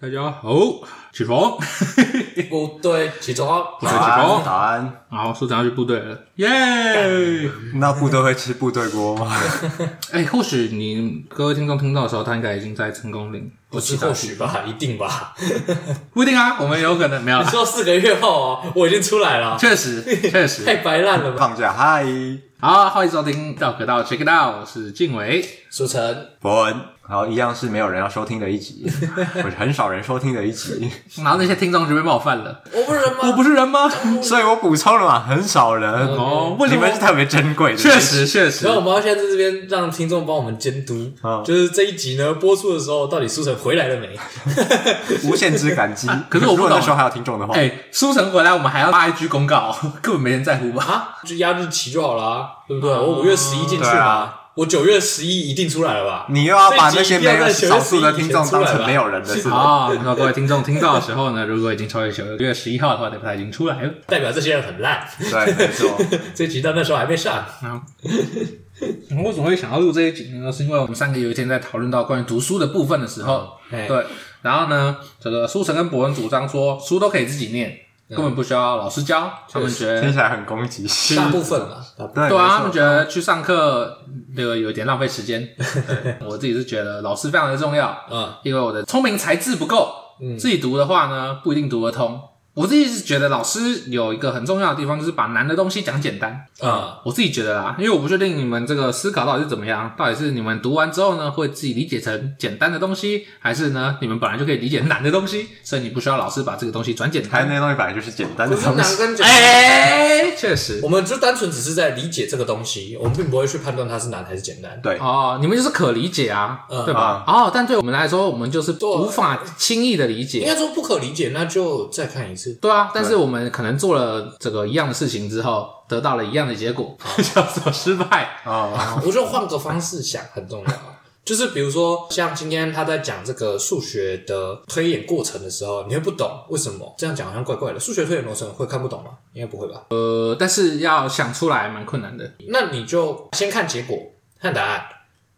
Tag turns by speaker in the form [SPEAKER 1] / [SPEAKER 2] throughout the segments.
[SPEAKER 1] 大家好，起 床！
[SPEAKER 2] 部队起床，
[SPEAKER 1] 部队起床
[SPEAKER 3] 早安。
[SPEAKER 1] 啊，我说等下去部队了，耶！
[SPEAKER 3] 那部队会吃部队锅吗？
[SPEAKER 1] 哎，或许你各位听众听到的时候，他应该已经在成功岭，
[SPEAKER 2] 不是或许吧，一定吧？
[SPEAKER 1] 不一定啊，我们有可能没有
[SPEAKER 2] 你
[SPEAKER 1] 啦，
[SPEAKER 2] 说四个月后哦，我已经出来了，
[SPEAKER 1] 确实确实。
[SPEAKER 2] 太白烂了吧？
[SPEAKER 3] 放假嗨，
[SPEAKER 1] 好，欢迎收听《道可道 Check It Out》，我是静伟。
[SPEAKER 2] 苏晨，
[SPEAKER 3] 伯恩。好，一样是没有人要收听的一集，我是很少人收听的一集，
[SPEAKER 1] 然后那些听众就被冒犯了，
[SPEAKER 2] 我不是人吗？
[SPEAKER 1] 哦我不是人吗？
[SPEAKER 3] 所以我补充了嘛，很少人。
[SPEAKER 1] 哦， 为什
[SPEAKER 3] 你
[SPEAKER 1] 么哦
[SPEAKER 3] 们？是特别珍贵的，
[SPEAKER 1] 确。实确实
[SPEAKER 2] 然，后我们要现在在这边让听众帮我们监督，
[SPEAKER 3] 嗯
[SPEAKER 2] 就是这一集呢播出的时候，到底苏晨回来了没？
[SPEAKER 3] 无限之感激。
[SPEAKER 1] 可是我不懂
[SPEAKER 3] 如果那时候还有听众的话，
[SPEAKER 1] 哎，苏城回来，我们还要发 IG 公告， 根本没人在乎吧？
[SPEAKER 2] 啊，就压日期就好啦，对不对？我五月十一进去
[SPEAKER 3] 对
[SPEAKER 2] 嘛
[SPEAKER 3] 啊，
[SPEAKER 2] 我九月十一一定出来了吧？
[SPEAKER 3] 你又要把那些没有
[SPEAKER 2] 这一集一定要
[SPEAKER 3] 少
[SPEAKER 2] 在
[SPEAKER 3] 数的听众当成没有人的
[SPEAKER 2] 9月11
[SPEAKER 3] 是吗？
[SPEAKER 1] 哦，那各位听众听到的时候呢，如果已经超越九月十一号的话，代表他已经出来了。
[SPEAKER 2] 代表这些人很烂，
[SPEAKER 3] 对，没错。
[SPEAKER 2] 这集到那时候还没上。
[SPEAKER 1] 啊，我为什么会想要录这一集呢？是因为我们三个有一天在讨论到关于读书的部分的时候，
[SPEAKER 3] 嗯
[SPEAKER 2] 哎
[SPEAKER 1] 对，然后呢，这个苏晨跟博文主张说，书都可以自己念，
[SPEAKER 3] 嗯
[SPEAKER 1] 根本不需要老师教。他们觉
[SPEAKER 3] 听
[SPEAKER 1] 得，
[SPEAKER 3] 起来很攻击性。
[SPEAKER 2] 大部分啦，大部分
[SPEAKER 3] 对，
[SPEAKER 1] 对啊，他
[SPEAKER 3] 没
[SPEAKER 1] 们
[SPEAKER 3] 错
[SPEAKER 1] 觉得去上课这个有一点浪费时 间。对我自己是觉得老师非常的重要，
[SPEAKER 2] 嗯，
[SPEAKER 1] 因为我的聪明才智不够，
[SPEAKER 3] 嗯
[SPEAKER 1] 自己读的话呢不一定读得通。我自己是觉得老师有一个很重要的地方，就是把难的东西讲简单。
[SPEAKER 2] 啊，
[SPEAKER 1] 我自己觉得啦，因为我不确定你们这个思考到底是怎么样，到底是你们读完之后呢，会自己理解成简单的东西，还是呢，你们本来就可以理解难的东西， 所以你不需要老师把这个东西转简
[SPEAKER 3] 还有
[SPEAKER 1] 单。
[SPEAKER 3] 那些东西本来就是简单
[SPEAKER 2] 不
[SPEAKER 3] 的
[SPEAKER 2] 是
[SPEAKER 3] 东
[SPEAKER 2] 难
[SPEAKER 3] 西。
[SPEAKER 2] 跟简单
[SPEAKER 1] 哎，确实
[SPEAKER 2] 我们就单纯只是在理解这个东西，我们并不会去判断它是难还是简单。
[SPEAKER 3] 对，
[SPEAKER 1] 哦，你们就是可理解啊，
[SPEAKER 2] 嗯
[SPEAKER 1] 对吧？哦，但对我们来说，我们就是无法轻易的理
[SPEAKER 2] 应
[SPEAKER 1] 解。
[SPEAKER 2] 该说不可理解，那就再看一次。
[SPEAKER 1] 对啊，但是我们可能做了这个一样的事情之后，得到了一样的结 果，叫做失败。
[SPEAKER 3] 哦，
[SPEAKER 2] 我觉得换个方式想很重要啊， 就是比如说像今天他在讲这个数学的推演过程的时候，你会不懂为什么这样讲好像怪怪的。数学推演过程会看不懂吗？应该不会吧？
[SPEAKER 1] 呃，但是要想出来蛮困难的。
[SPEAKER 2] 那你就先看结果，看答案，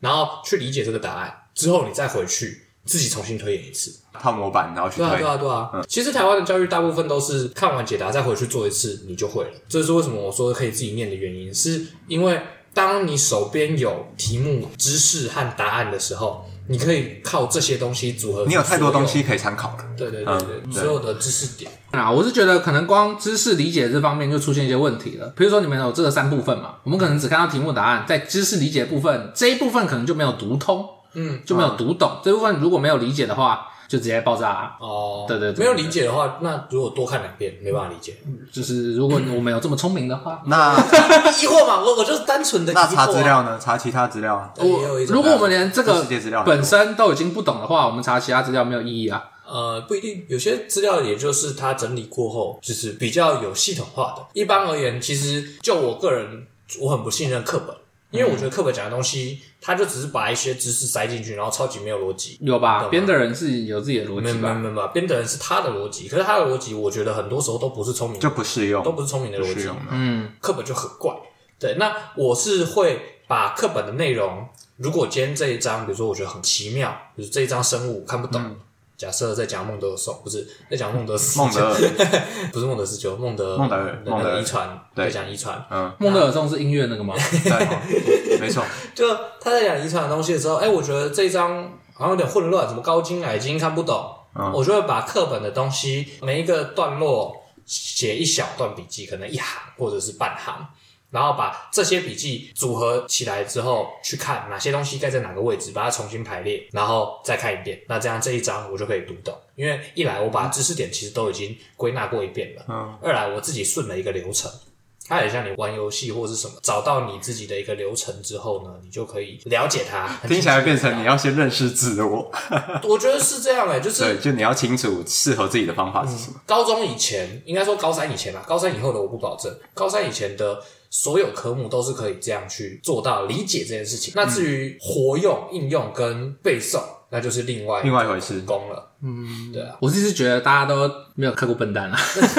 [SPEAKER 2] 然后去理解这个答案，之后你再回去自己重新推演一次。
[SPEAKER 3] 套模板然后去
[SPEAKER 2] 对啊，对
[SPEAKER 3] 推，
[SPEAKER 2] 啊，对啊。其实台湾的教育大部分都是看完解答再回去做一次，你就会了。这是为什么我说可以自己念的原因，是因为当你手边有题目、知识和答案的时候，你可以靠这些东西组合。
[SPEAKER 3] 你有太多东西。可以参考了。
[SPEAKER 2] 对对对对，
[SPEAKER 3] 嗯
[SPEAKER 2] 所有的知识点。
[SPEAKER 1] 啊，我是觉得可能光知识理解这方面就出现一些问题了。比如说你们有这三部分嘛，我们可能只看到题目答案，在知识理解部分这一部分可能就没有读通，
[SPEAKER 2] 嗯，
[SPEAKER 1] 就没有读懂、这部分，如果没有理解的话，就直接爆炸啊。
[SPEAKER 2] 哦，
[SPEAKER 1] 对对对
[SPEAKER 2] 没有理解的话，那如果多看两遍，没办法理 解。
[SPEAKER 1] 就是如果我们有这么聪明的话，
[SPEAKER 3] 那
[SPEAKER 2] 疑惑嘛，我我就是单纯的疑惑
[SPEAKER 3] 那
[SPEAKER 2] 啊。
[SPEAKER 3] 查资料呢？查其他资料啊？
[SPEAKER 2] 对，也有一种
[SPEAKER 1] 如果我们连这
[SPEAKER 3] 这
[SPEAKER 1] 个
[SPEAKER 3] 世界资料很多
[SPEAKER 1] 本身都已经不懂的话，我们查其他资料没有意义啊。
[SPEAKER 2] 呃，不一定，有些资料也就是他整理过后，就是比较有系统化的。一般而言，其实就我个人，我很不信任课本，因为我觉得课本讲的东西，它就只是把一些知识塞进去，然后超级没有逻辑。
[SPEAKER 1] 有吧？
[SPEAKER 2] 懂啊
[SPEAKER 1] 编的人是有自己的逻
[SPEAKER 2] 没
[SPEAKER 1] 辑
[SPEAKER 2] 有没
[SPEAKER 1] 吧？
[SPEAKER 2] 有没有没有，编的人是他的逻辑，可是他的逻辑，我觉得很多时候都不是聪明的
[SPEAKER 3] 就不适用，
[SPEAKER 2] 都不是聪明的
[SPEAKER 3] 不
[SPEAKER 2] 逻
[SPEAKER 3] 适
[SPEAKER 2] 辑
[SPEAKER 3] 用，的。
[SPEAKER 1] 嗯，
[SPEAKER 2] 课本就很怪。对，那我是会把课本的内容，如果今天这一章，比如说我觉得很奇妙，比如这一章生物我看不懂，假设在讲孟德尔颂，不是在讲孟德斯
[SPEAKER 3] 嗯孟德尔，
[SPEAKER 2] 不是孟德斯鸠，孟德
[SPEAKER 3] 孟德尔
[SPEAKER 2] 那
[SPEAKER 3] 孟德
[SPEAKER 2] 个
[SPEAKER 3] 尔
[SPEAKER 2] 遗传，
[SPEAKER 3] 对
[SPEAKER 2] 在讲遗传，
[SPEAKER 3] 嗯，
[SPEAKER 1] 孟德尔颂是音乐那个吗？
[SPEAKER 3] 对， 没错，
[SPEAKER 2] 就他在讲遗传的东西的时候，哎、我觉得这一章好像有点混乱，什么高精矮精看不懂，
[SPEAKER 3] 嗯
[SPEAKER 2] 我就会把课本的东西每一个段落写一小段笔记，可能一行或者是半行。然后把这些笔记组合起来之后，去看哪些东西该在哪个位置，把它重新排列，然后再看一遍。那这样这一章我就可以读懂，因为一来我把知识点其实都已经归纳过一遍了，
[SPEAKER 3] 嗯，
[SPEAKER 2] 二来我自己顺了一个流程，它很像你玩游戏或是什么，找到你自己的一个流程之后呢，你就可以了解它。很
[SPEAKER 3] 听起来
[SPEAKER 2] 清
[SPEAKER 3] 变
[SPEAKER 2] 楚地
[SPEAKER 3] 成你要先认识自我，
[SPEAKER 2] 了解，我觉得是这样哎、就
[SPEAKER 3] 对，
[SPEAKER 2] 是
[SPEAKER 3] 就你要清楚适合自己的方法是什么。
[SPEAKER 2] 高中以前，应该说高三以前吧，高三以后的我不保证，高三以前的。所有科目都是可以这样去做到理解这件事情。那至于活用、应用跟背诵，那就是另外
[SPEAKER 3] 另外一回事
[SPEAKER 2] 功了。嗯，对啊，
[SPEAKER 1] 我自己是觉得大家都没有看过笨蛋啊，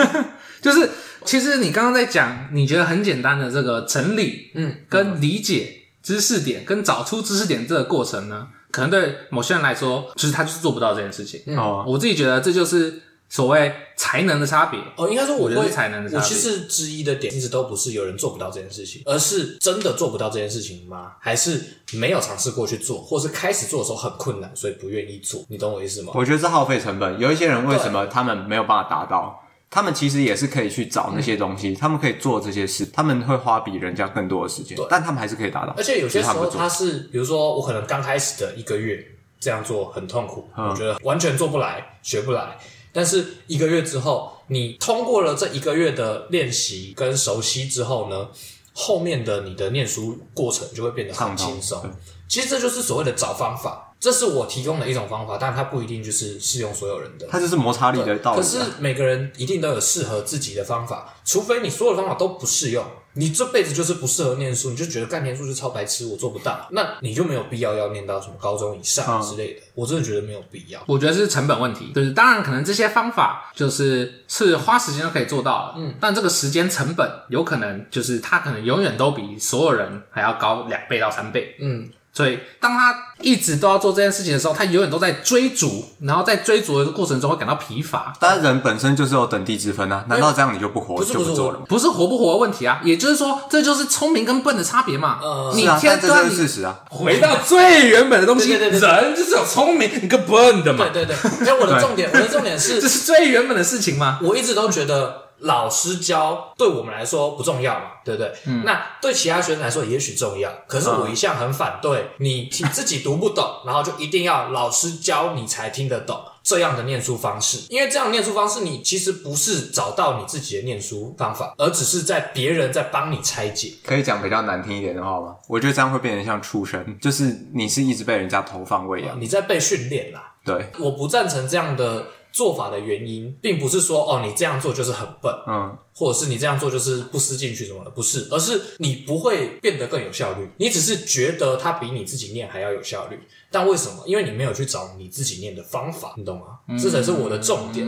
[SPEAKER 1] 就是其实你刚刚在讲你觉得很简单的这个整理，
[SPEAKER 2] 嗯，
[SPEAKER 1] 跟理解知识点跟找出知识点这个过程呢，可能对某些人来说，就是他就是做不到这件事情。
[SPEAKER 2] 嗯
[SPEAKER 3] 哦，
[SPEAKER 1] 我自己觉得这就是所谓才能的差别。
[SPEAKER 2] 哦，应该说我
[SPEAKER 1] 我觉得
[SPEAKER 2] 会
[SPEAKER 1] 是才能的差
[SPEAKER 2] 我
[SPEAKER 1] 别
[SPEAKER 2] 其实质疑的点一直都不是有人做不到这件事情，而是真的做不到这件事情吗？还是没有尝试过去做，或是开始做的时候很困难，所以不愿意做？你懂我意思吗？
[SPEAKER 3] 我觉得是耗费成本。有一些人为什么他们没有办法达到？他们其实也是可以去找那些东
[SPEAKER 2] 嗯
[SPEAKER 3] 西，他们可以做这些事，他们会花比人家更多的时间
[SPEAKER 2] 对，
[SPEAKER 3] 但他们还是可以达到。
[SPEAKER 2] 而且有些时
[SPEAKER 3] 只是他们
[SPEAKER 2] 候
[SPEAKER 3] 不做
[SPEAKER 2] 他是，比如说我可能刚开始的一个月这样做很痛苦，
[SPEAKER 3] 嗯
[SPEAKER 2] 我觉得完全做不来，学不来。但是一个月之后，你通过了这一个月的练习跟熟悉之后呢，后面的你的念书过程就会变得很
[SPEAKER 3] 畅通
[SPEAKER 2] 轻松
[SPEAKER 3] 嗯对。
[SPEAKER 2] 其实这就是所谓的找方法，这是我提供的一种方法，但它不一定就是适用所有人的。
[SPEAKER 3] 它就是摩擦力的道理、
[SPEAKER 2] 可
[SPEAKER 3] 啊。
[SPEAKER 2] 是每个人一定都有适合自己的方法，除非你所有的方法都不适用，你这辈子就是不适合念书，你就觉得干念书就超白痴，我做不到，那你就没有必要要念到什么高中以上
[SPEAKER 3] 嗯
[SPEAKER 2] 之类的。我真的觉得没有必要。
[SPEAKER 1] 我觉得是成本问题，就是当然可能这些方法就是是花时间就可以做到了，嗯，但这个时间成本有可能就是它可能永远都比所有人还要高两倍到三倍，
[SPEAKER 2] 嗯，
[SPEAKER 1] 所以当他一直都要做这件事情的时候，他永远都在追逐，然后在追逐的过程中会感到疲乏，
[SPEAKER 3] 但是人本身就是有等地之分啊，难道这样你就不活
[SPEAKER 2] 不是
[SPEAKER 3] 就
[SPEAKER 2] 不是
[SPEAKER 3] 做了吗？
[SPEAKER 1] 不是活不活的问题啊，也就是说这就是聪明跟笨的差别嘛，
[SPEAKER 2] 嗯
[SPEAKER 1] 你
[SPEAKER 3] 是啊，
[SPEAKER 1] 天
[SPEAKER 3] 但
[SPEAKER 1] 生
[SPEAKER 3] 这就是事实啊。
[SPEAKER 1] 回到最原本的东西，
[SPEAKER 2] 对对对对
[SPEAKER 1] 人就是有聪明你个笨的嘛
[SPEAKER 3] 嗯
[SPEAKER 2] 对，对对。哎，我的 重点，我的重点
[SPEAKER 1] 这
[SPEAKER 2] 是，
[SPEAKER 1] 是最原本的事情吗？
[SPEAKER 2] 我一直都觉得老师教对我们来说不重要嘛，对不对？那对其他学生来说也许重要，可是我一向很反对你你自己读不懂，然后就一定要老师教你才听得懂。这样的念书方式，因为这样的念书方式，你其实不是找到你自己的念书方法，而只是在别人在帮你拆解。
[SPEAKER 3] 可以讲比较难听一点的话吗？我觉得这样会变成像畜生，就是你是一直被人家投放喂养。
[SPEAKER 2] 你在被训练啦。
[SPEAKER 3] 对，
[SPEAKER 2] 我不赞成这样的做法的原因，并不是说哦你这样做就是很笨，
[SPEAKER 3] 嗯，
[SPEAKER 2] 或者是你这样做就是不思进取什么的，不是，而是你不会变得更有效率，你只是觉得它比你自己念还要有效率。但为什么？因为你没有去找你自己念的方法，你懂吗？这才是我的重点。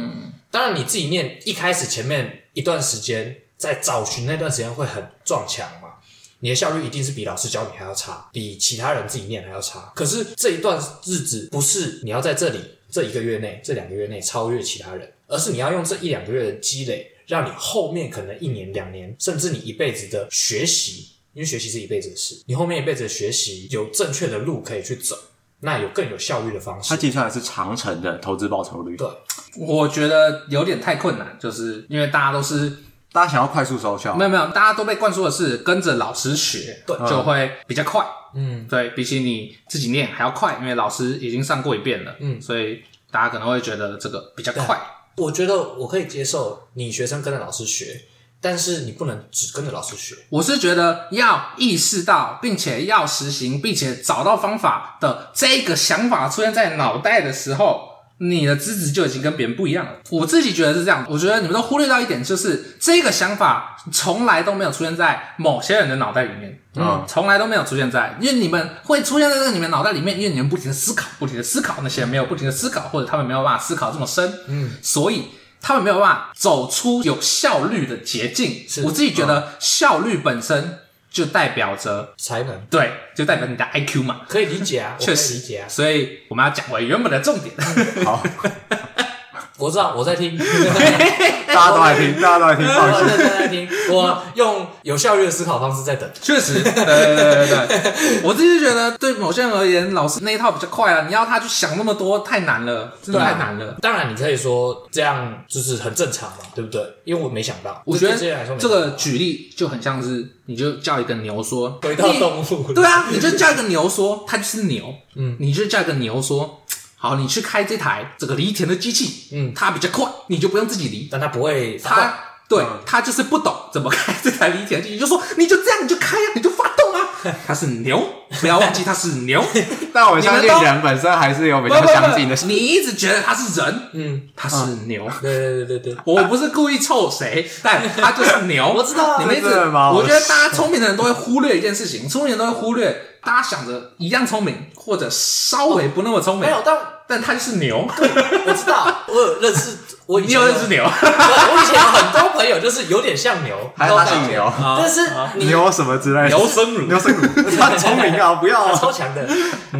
[SPEAKER 2] 当然，你自己念一开始前面一段时间在找寻那段时间会很撞墙嘛。你的效率一定是比老师教你还要差，比其他人自己念还要差。可是这一段日子不是你要在这里这一个月内、这两个月内超越其他人，而是你要用这一两个月的积累，让你后面可能一年、两年，甚至你一辈子的学习，因为学习是一辈子的事，你后面一辈子的学习有正确的路可以去走，那有更有效率的方式
[SPEAKER 3] 它。计算的是长程的投资报酬率。
[SPEAKER 2] 对，
[SPEAKER 1] 我觉得有点太困难，就是因为大家都是
[SPEAKER 3] 大家想要快速收效
[SPEAKER 1] 没，有没有，大家都被灌输的是跟着老师学，
[SPEAKER 2] 对
[SPEAKER 1] 就会比较快。
[SPEAKER 2] 嗯，
[SPEAKER 1] 对，比起你自己念还要快，因为老师已经上过一遍了。
[SPEAKER 2] 嗯
[SPEAKER 1] 所以大家可能会觉得这个比较快。
[SPEAKER 2] 我觉得我可以接受你学生跟着老师学，但是你不能只跟着老师学。
[SPEAKER 1] 我是觉得要意识到，并且要实行，并且找到方法的这个想法出现在脑袋的时候，你的资质就已经跟别人不一样了。我自己觉得是这样，我觉得你们都忽略到一点，就是这个想法从来都没有出现在某些人的脑袋里面，
[SPEAKER 3] 嗯
[SPEAKER 1] 从来都没有出现在，因为你们会出现在这个你们脑袋里面，因为你们不停的思考，不停的思考，那些人没有不停的思考，或者他们没有办法思考这么深，嗯，所以。他们没有办法走出有效率的捷径，
[SPEAKER 2] 是
[SPEAKER 1] 我自己觉得效率本身就代表着
[SPEAKER 2] 才能
[SPEAKER 1] 对，就代表你的 IQ 嘛，
[SPEAKER 2] 可以理解啊，我可
[SPEAKER 1] 确
[SPEAKER 2] 以
[SPEAKER 1] 实
[SPEAKER 2] 理解啊，
[SPEAKER 1] 所以我们要讲回原本的重 点。
[SPEAKER 3] 好，
[SPEAKER 2] 我知道我在 听，我
[SPEAKER 3] 大家都来 听，大家都来听，放心。
[SPEAKER 2] 认真在听，我用有效率的思考方式在等。
[SPEAKER 1] 确实，对对对对对，我自己就觉得对某些人而言，老师那一套比较快啊，你要他去想那么多太难了，真的
[SPEAKER 2] 对啊
[SPEAKER 1] 太难了。
[SPEAKER 2] 当然，你可以说这样就是很正常嘛，对不对？因为我没想到，
[SPEAKER 1] 我觉
[SPEAKER 2] 对这些人来说
[SPEAKER 1] 得
[SPEAKER 2] 没
[SPEAKER 1] 这
[SPEAKER 2] 想到
[SPEAKER 1] 个举例就很像是，你就叫一个牛说，
[SPEAKER 2] 回到
[SPEAKER 1] 你
[SPEAKER 2] 动物，
[SPEAKER 1] 对啊，你就叫一个牛说，它就是牛，
[SPEAKER 2] 嗯，
[SPEAKER 1] 你就叫一个牛说，好，你去开这台这个犁田的机器，
[SPEAKER 2] 嗯
[SPEAKER 1] 它比较快，你就不用自己犁，
[SPEAKER 2] 但他不会发
[SPEAKER 1] 他
[SPEAKER 2] 动。
[SPEAKER 1] 对
[SPEAKER 3] 嗯
[SPEAKER 1] 他就是不懂怎么开这台犁田机，你就说你就这样你就开啊，你就发动啊，他是牛，不要忘记他是牛，
[SPEAKER 3] 但我相信人本身还是有比
[SPEAKER 1] 不
[SPEAKER 3] 较相
[SPEAKER 1] 不
[SPEAKER 3] 近的
[SPEAKER 1] 不，你啊一直觉得他是人，
[SPEAKER 2] 嗯，
[SPEAKER 1] 他是牛。
[SPEAKER 2] 对对对对对，
[SPEAKER 1] 我不是故意凑谁， 但他就是牛。我
[SPEAKER 2] 知道啊
[SPEAKER 1] 你们一直，
[SPEAKER 3] 这真的吗
[SPEAKER 1] 我觉得大家聪明的人都会忽略一件事情，聪明人都会忽略，大家想着一样聪明或者稍微不那么聪明
[SPEAKER 2] 哎没，有，但
[SPEAKER 1] 但他就是牛。
[SPEAKER 2] 我知道，我有认识我以
[SPEAKER 1] 你
[SPEAKER 2] 前
[SPEAKER 1] 有认识牛？
[SPEAKER 2] 我以前有很多朋友就是有点像牛，
[SPEAKER 3] 还有他姓牛，
[SPEAKER 2] 但是 你
[SPEAKER 3] 牛什么之类的，
[SPEAKER 1] 牛生乳
[SPEAKER 3] 牛生乳，他很聪明啊，不要
[SPEAKER 2] 他
[SPEAKER 3] 啊，
[SPEAKER 2] 超强 的。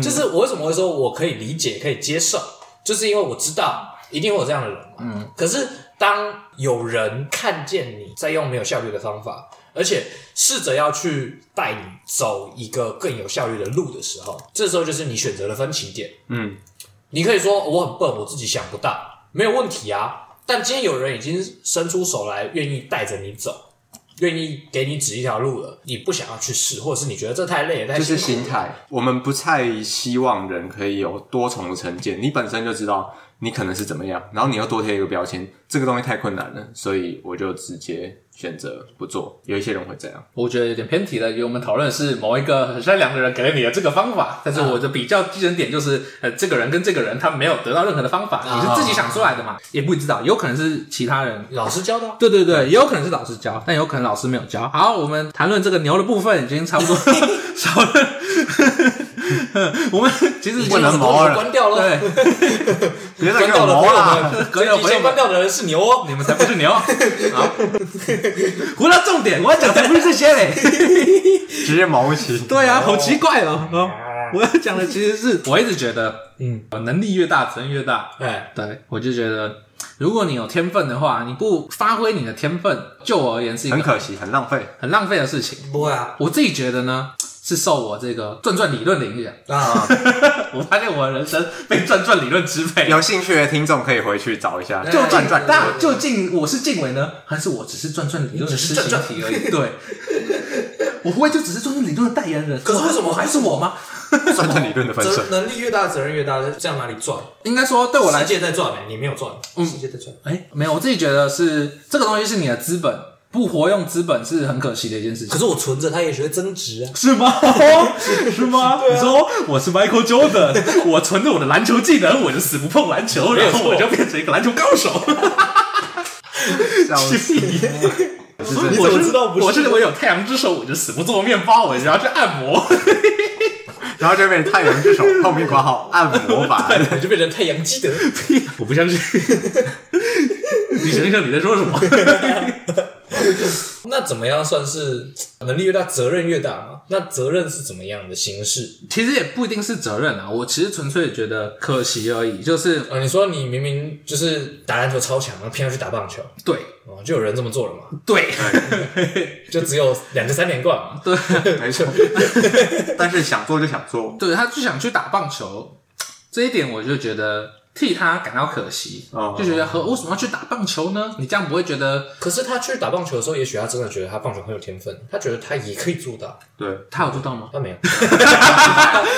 [SPEAKER 2] 就是我为什么会说我可以理解、可以接受，就是因为我知道一定会有这样的人嘛。嗯。可是当有人看见你在用没有效率的方法，而且试着要去带你走一个更有效率的路的时候，这时候就是你选择了分歧点。
[SPEAKER 3] 嗯，
[SPEAKER 2] 你可以说我很笨，我自己想不到，没有问题啊。但今天有人已经伸出手来，愿意带着你走，愿意给你指一条路了，你不想要去试，或者是你觉得这太累了，太
[SPEAKER 3] 就是
[SPEAKER 2] 辛苦
[SPEAKER 3] 心
[SPEAKER 2] 了
[SPEAKER 3] 态。我们不太希望人可以有多重的成见，你本身就知道你可能是怎么样，然后你又多贴一个标签，这个东西太困难了，所以我就直接选择不做。有一些人会这样，
[SPEAKER 1] 我觉得有点偏题了，因为我们讨论的是某一个很善良的人给了你的这个方法，但是我的比较基准点就是，呃，这个人跟这个人他没有得到任何的方法，
[SPEAKER 2] 啊
[SPEAKER 1] 你是自己想出来的嘛？也不知道，有可能是其他人。
[SPEAKER 2] 老师教的啊、
[SPEAKER 1] 对对对，也有可能是老师教，但有可能老师没有教。好，我们谈论这个牛的部分已经 差不多少了。 我们其实已经
[SPEAKER 3] 不能毛啊了
[SPEAKER 2] 关掉了，
[SPEAKER 1] 对，
[SPEAKER 3] 别再
[SPEAKER 2] 关
[SPEAKER 3] 给
[SPEAKER 2] 掉
[SPEAKER 3] 我
[SPEAKER 2] 了，
[SPEAKER 3] 毛啊
[SPEAKER 2] 朋友
[SPEAKER 3] 啦！
[SPEAKER 2] 们，
[SPEAKER 1] 隔有朋
[SPEAKER 2] 这集
[SPEAKER 1] 友们
[SPEAKER 2] 先关掉的人是牛哦。
[SPEAKER 1] 你们才不是牛。好，回到重点，我要讲的不是这些 嘞。
[SPEAKER 3] 直接毛起。
[SPEAKER 1] 对啊，好奇怪哦。
[SPEAKER 3] 哎
[SPEAKER 1] 哦我要讲的其实是，我一直觉得
[SPEAKER 2] 嗯，
[SPEAKER 1] 能力越大，责任越大。
[SPEAKER 2] 哎，
[SPEAKER 1] 对，我就觉得，如果你有天分的话，你不发挥你的天分，就我而言是一
[SPEAKER 3] 很
[SPEAKER 1] 个
[SPEAKER 3] 可惜，很浪费。
[SPEAKER 1] 很浪费的事情。
[SPEAKER 2] 不会啊，
[SPEAKER 1] 我自己觉得呢，是受我这个转转理论的影响。
[SPEAKER 2] 啊，
[SPEAKER 1] 我发现我的人生被转转理论支配。
[SPEAKER 3] 有兴趣的听众可以回去找一下。
[SPEAKER 1] 究竟
[SPEAKER 3] 转转
[SPEAKER 1] 那究竟我是静伟呢，还是我只是转转理论的施行体而已？ 对，我不会就只是转转理论的代言人。
[SPEAKER 2] 可是为什么
[SPEAKER 1] 还是我吗？
[SPEAKER 3] 转转理论的分
[SPEAKER 2] 责
[SPEAKER 3] 身，
[SPEAKER 2] 能力越大，责任越大，这样哪里赚？
[SPEAKER 1] 应该说，对我来
[SPEAKER 2] 世界在赚呢，你没有赚，
[SPEAKER 3] 嗯
[SPEAKER 2] 世界在赚。
[SPEAKER 1] 哎、没有，我自己觉得是这个东西是你的资本，不活用资本是很可惜的一件事
[SPEAKER 2] 可
[SPEAKER 1] 情。
[SPEAKER 2] 是我存着它，也许会增值啊。
[SPEAKER 1] 是吗？是吗？你说我是 Michael Jordan，我存着我的篮球技能，我就死不碰篮球，
[SPEAKER 2] 没有
[SPEAKER 1] 然
[SPEAKER 2] 错
[SPEAKER 1] 后我就变成一个篮球高手。
[SPEAKER 3] 笑死是真的
[SPEAKER 2] 怎么知道不是
[SPEAKER 1] 我是我有太阳之手，我就死不做面包，我就要去按摩。
[SPEAKER 3] 然后就变成太阳之手，后面挂号按摩法。
[SPEAKER 2] 我就变成太阳基 德，
[SPEAKER 1] 我不相信， 你想想你在说什么？
[SPEAKER 2] 那怎么样算是能力越大，责任越大嘛？那责任是怎么样的形式？
[SPEAKER 1] 其实也不一定是责任啊，我其实纯粹觉得可惜而已。就是
[SPEAKER 2] 呃，你说你明明就是打篮球超强，然后偏要去打棒球，
[SPEAKER 1] 对
[SPEAKER 2] 哦，就有人这么做了嘛？
[SPEAKER 1] 对
[SPEAKER 2] 就只有两个三连冠嘛？
[SPEAKER 1] 对，
[SPEAKER 3] 没错，但是想做就想做。
[SPEAKER 1] 对，他就想去打棒球，这一点我就觉得替他感到可惜，
[SPEAKER 3] 哦
[SPEAKER 1] 就觉得和为什么要去打棒球呢？你这样不会觉得
[SPEAKER 2] 可是他去打棒球的时候，也许他真的觉得他棒球很有天分，他觉得他也可以做到，
[SPEAKER 3] 对，
[SPEAKER 1] 他有做到吗？
[SPEAKER 2] 他没有，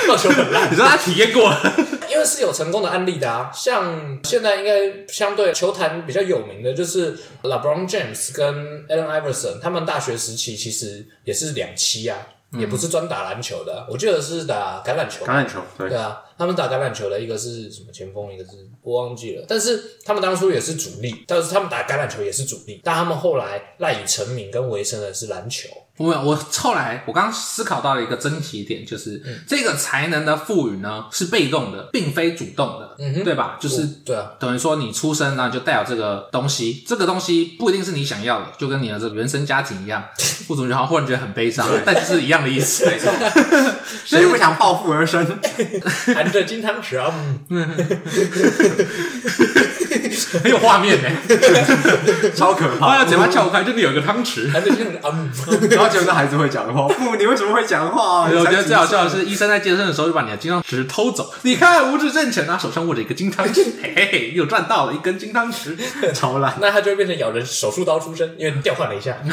[SPEAKER 2] 棒球很烂，
[SPEAKER 1] 你说他体验过了，
[SPEAKER 2] 因为是有成功的案例的啊。像现在应该相对球坛比较有名的就是 LeBron James 跟 Allen Iverson，他们大学时期其实也是两期啊，也不是专打篮球的啊、我记得是打橄榄球，
[SPEAKER 3] 橄榄球
[SPEAKER 2] 对
[SPEAKER 3] 对，
[SPEAKER 2] 啊，他们打橄榄球的一个是什么前锋，一个是我忘记了。但是他们当初也是主力，但是他们打橄榄球也是主力，但他们后来赖以成名跟为生的是篮球。
[SPEAKER 1] 我啊我后来我刚刚思考到了一个争题点，就是、这个才能的赋予呢是被动的，并非主动的，
[SPEAKER 2] 嗯哼
[SPEAKER 1] 对吧？就是
[SPEAKER 2] 对啊，
[SPEAKER 1] 等于说你出生然后就带有这个东西，这个东西不一定是你想要的，就跟你的这个原生家庭一 样。我总觉得好像忽然觉得很悲伤，但就是一样的意思。没错，
[SPEAKER 3] 谁不想暴富而生？
[SPEAKER 2] 含着金汤匙啊，嗯
[SPEAKER 1] 很有画面呢、
[SPEAKER 3] 超可
[SPEAKER 1] 哎
[SPEAKER 3] 怕
[SPEAKER 1] 呀，！嘴巴撬开，这里有一个汤匙。
[SPEAKER 2] 含着金汤匙啊，嗯
[SPEAKER 3] 然后结果那孩子会讲话，不，你为什么会讲话？啊
[SPEAKER 1] 哎 我觉得最好笑的
[SPEAKER 3] 是，
[SPEAKER 1] 是，医生在健身的时候就把你的金汤匙偷走。你看，无知挣钱啊，手上握着一个金汤 匙，嘿嘿嘿，又赚到了一根金汤匙。
[SPEAKER 3] 超烂。
[SPEAKER 2] 那他就会变成咬人手术刀出身，因为调换了 一下。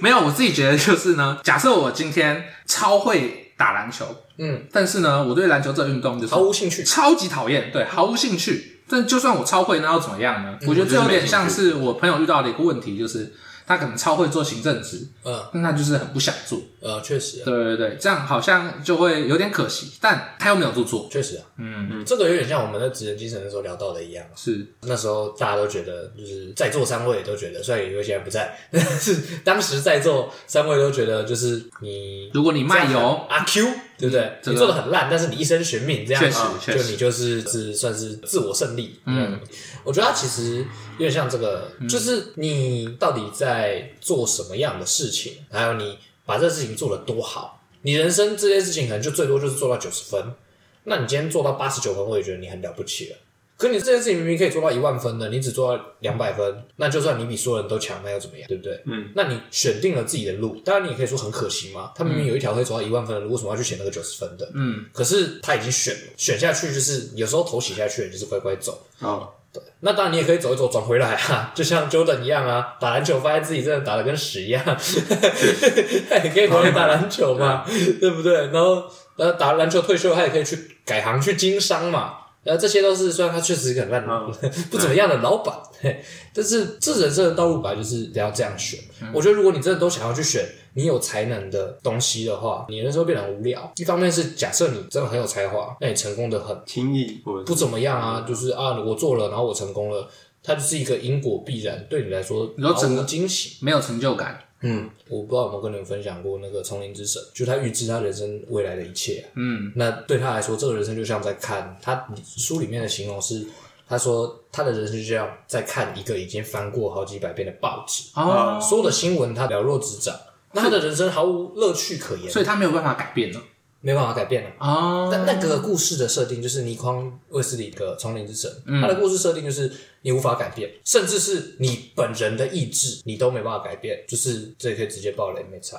[SPEAKER 1] 没有，我自己觉得就是呢，假设我今天超会打篮球，
[SPEAKER 2] 嗯，
[SPEAKER 1] 但是呢，我对篮球这个运动就是
[SPEAKER 2] 毫无兴趣。
[SPEAKER 1] 超级讨厌，对，毫无兴趣。但就算我超会，那又怎么样嗯呢？我觉得这有点像是我朋友遇到的一个问题，就是他可能超会做行政职，
[SPEAKER 2] 嗯
[SPEAKER 1] 但他就是很不想做。
[SPEAKER 2] 呃，确实啊，
[SPEAKER 1] 对对对，这样好像就会有点可惜，但他又没有做错，
[SPEAKER 2] 确实啊，
[SPEAKER 1] 嗯，
[SPEAKER 2] 这个有点像我们在职人精神的时候聊到的一样。啊
[SPEAKER 1] 是
[SPEAKER 2] 那时候大家都觉得，就是在座三位都觉得，虽然有一些人不在， 但是当时在座三位都觉得，就是你
[SPEAKER 1] 如果你卖
[SPEAKER 2] 这样
[SPEAKER 1] 油，嗯
[SPEAKER 2] 阿 Q，对不对？
[SPEAKER 1] 这
[SPEAKER 2] 你
[SPEAKER 1] 个
[SPEAKER 2] 做的很烂，但是你一生悬命，这样
[SPEAKER 1] 确实
[SPEAKER 2] 啊
[SPEAKER 1] 确
[SPEAKER 2] 就
[SPEAKER 1] 实
[SPEAKER 2] 你就是是算是自我胜利。嗯，我觉得它其实有点像这个，就是你到底在做什么样的事情，还有你把这事情做得多好，你人生这件事情可能就最多就是做到九十分，那你今天做到八十九分，我也觉得你很了不起了。可你这件事情明明可以做到一万分的，你只做到两百分，那就算你比所有人都强，那又怎么样？对不对？嗯，那你选定了自己的路，当然你也可以说很可惜嘛。他明明有一条可以走到一万分的路，为什么要去选那个九十分的？嗯，可是他已经选了，选下去就是有时候头洗下去，你就是乖乖走。
[SPEAKER 3] 哦，
[SPEAKER 2] 那当然，你也可以走一走，转回来啊， 就像 Jordan 一样啊，打篮球发现自己真的打的跟屎一样， 他也可以回来打篮球嘛，对不对？然后，呃，打篮球退休，他也可以去改行去经商嘛。呃，这些都是虽然他确实是个很烂、 不怎么样的老板，嘿但是这人生的道路本来就是得要这样选。我觉得如果你真的都想要去选你有才能的东西的话，你人生会变得很无聊。一方面是假设你真的很有才华，那你成功的很
[SPEAKER 3] 轻易或者
[SPEAKER 2] 不
[SPEAKER 3] 是
[SPEAKER 2] 怎么样啊，就是啊，我做了，然后我成功了，它就是一个因果必然，对你来说
[SPEAKER 1] 你说整个
[SPEAKER 2] 毫无惊喜。
[SPEAKER 1] 没有成就感。
[SPEAKER 2] 嗯，我不知道有没有跟你们分享过那个《丛林之神》，就他预知他人生未来的一切、嗯，那对他来说，这个人生就像在看他书里面的形容是，他说他的人生就像在看一个已经翻过好几百遍的报纸，
[SPEAKER 1] 哦，
[SPEAKER 2] 所有的新闻他了若指掌，那他的人生毫无乐趣可言，
[SPEAKER 1] 所以他没有办法改变了。
[SPEAKER 2] 没办法改变了、啊
[SPEAKER 1] 哦，
[SPEAKER 2] 但那个故事的设定就是倪匡卫斯理的《丛林之神》他的故事设定就是你无法改变，甚至是你本人的意志，你都没办法改变。就是这也可以直接爆雷，没差。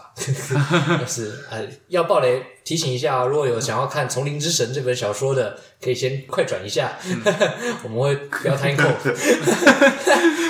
[SPEAKER 2] 但是呃，要爆雷提醒一下、哦，如果有想要看《丛林之神》这本小说的，可以先快转一下， 我们会不要太扣。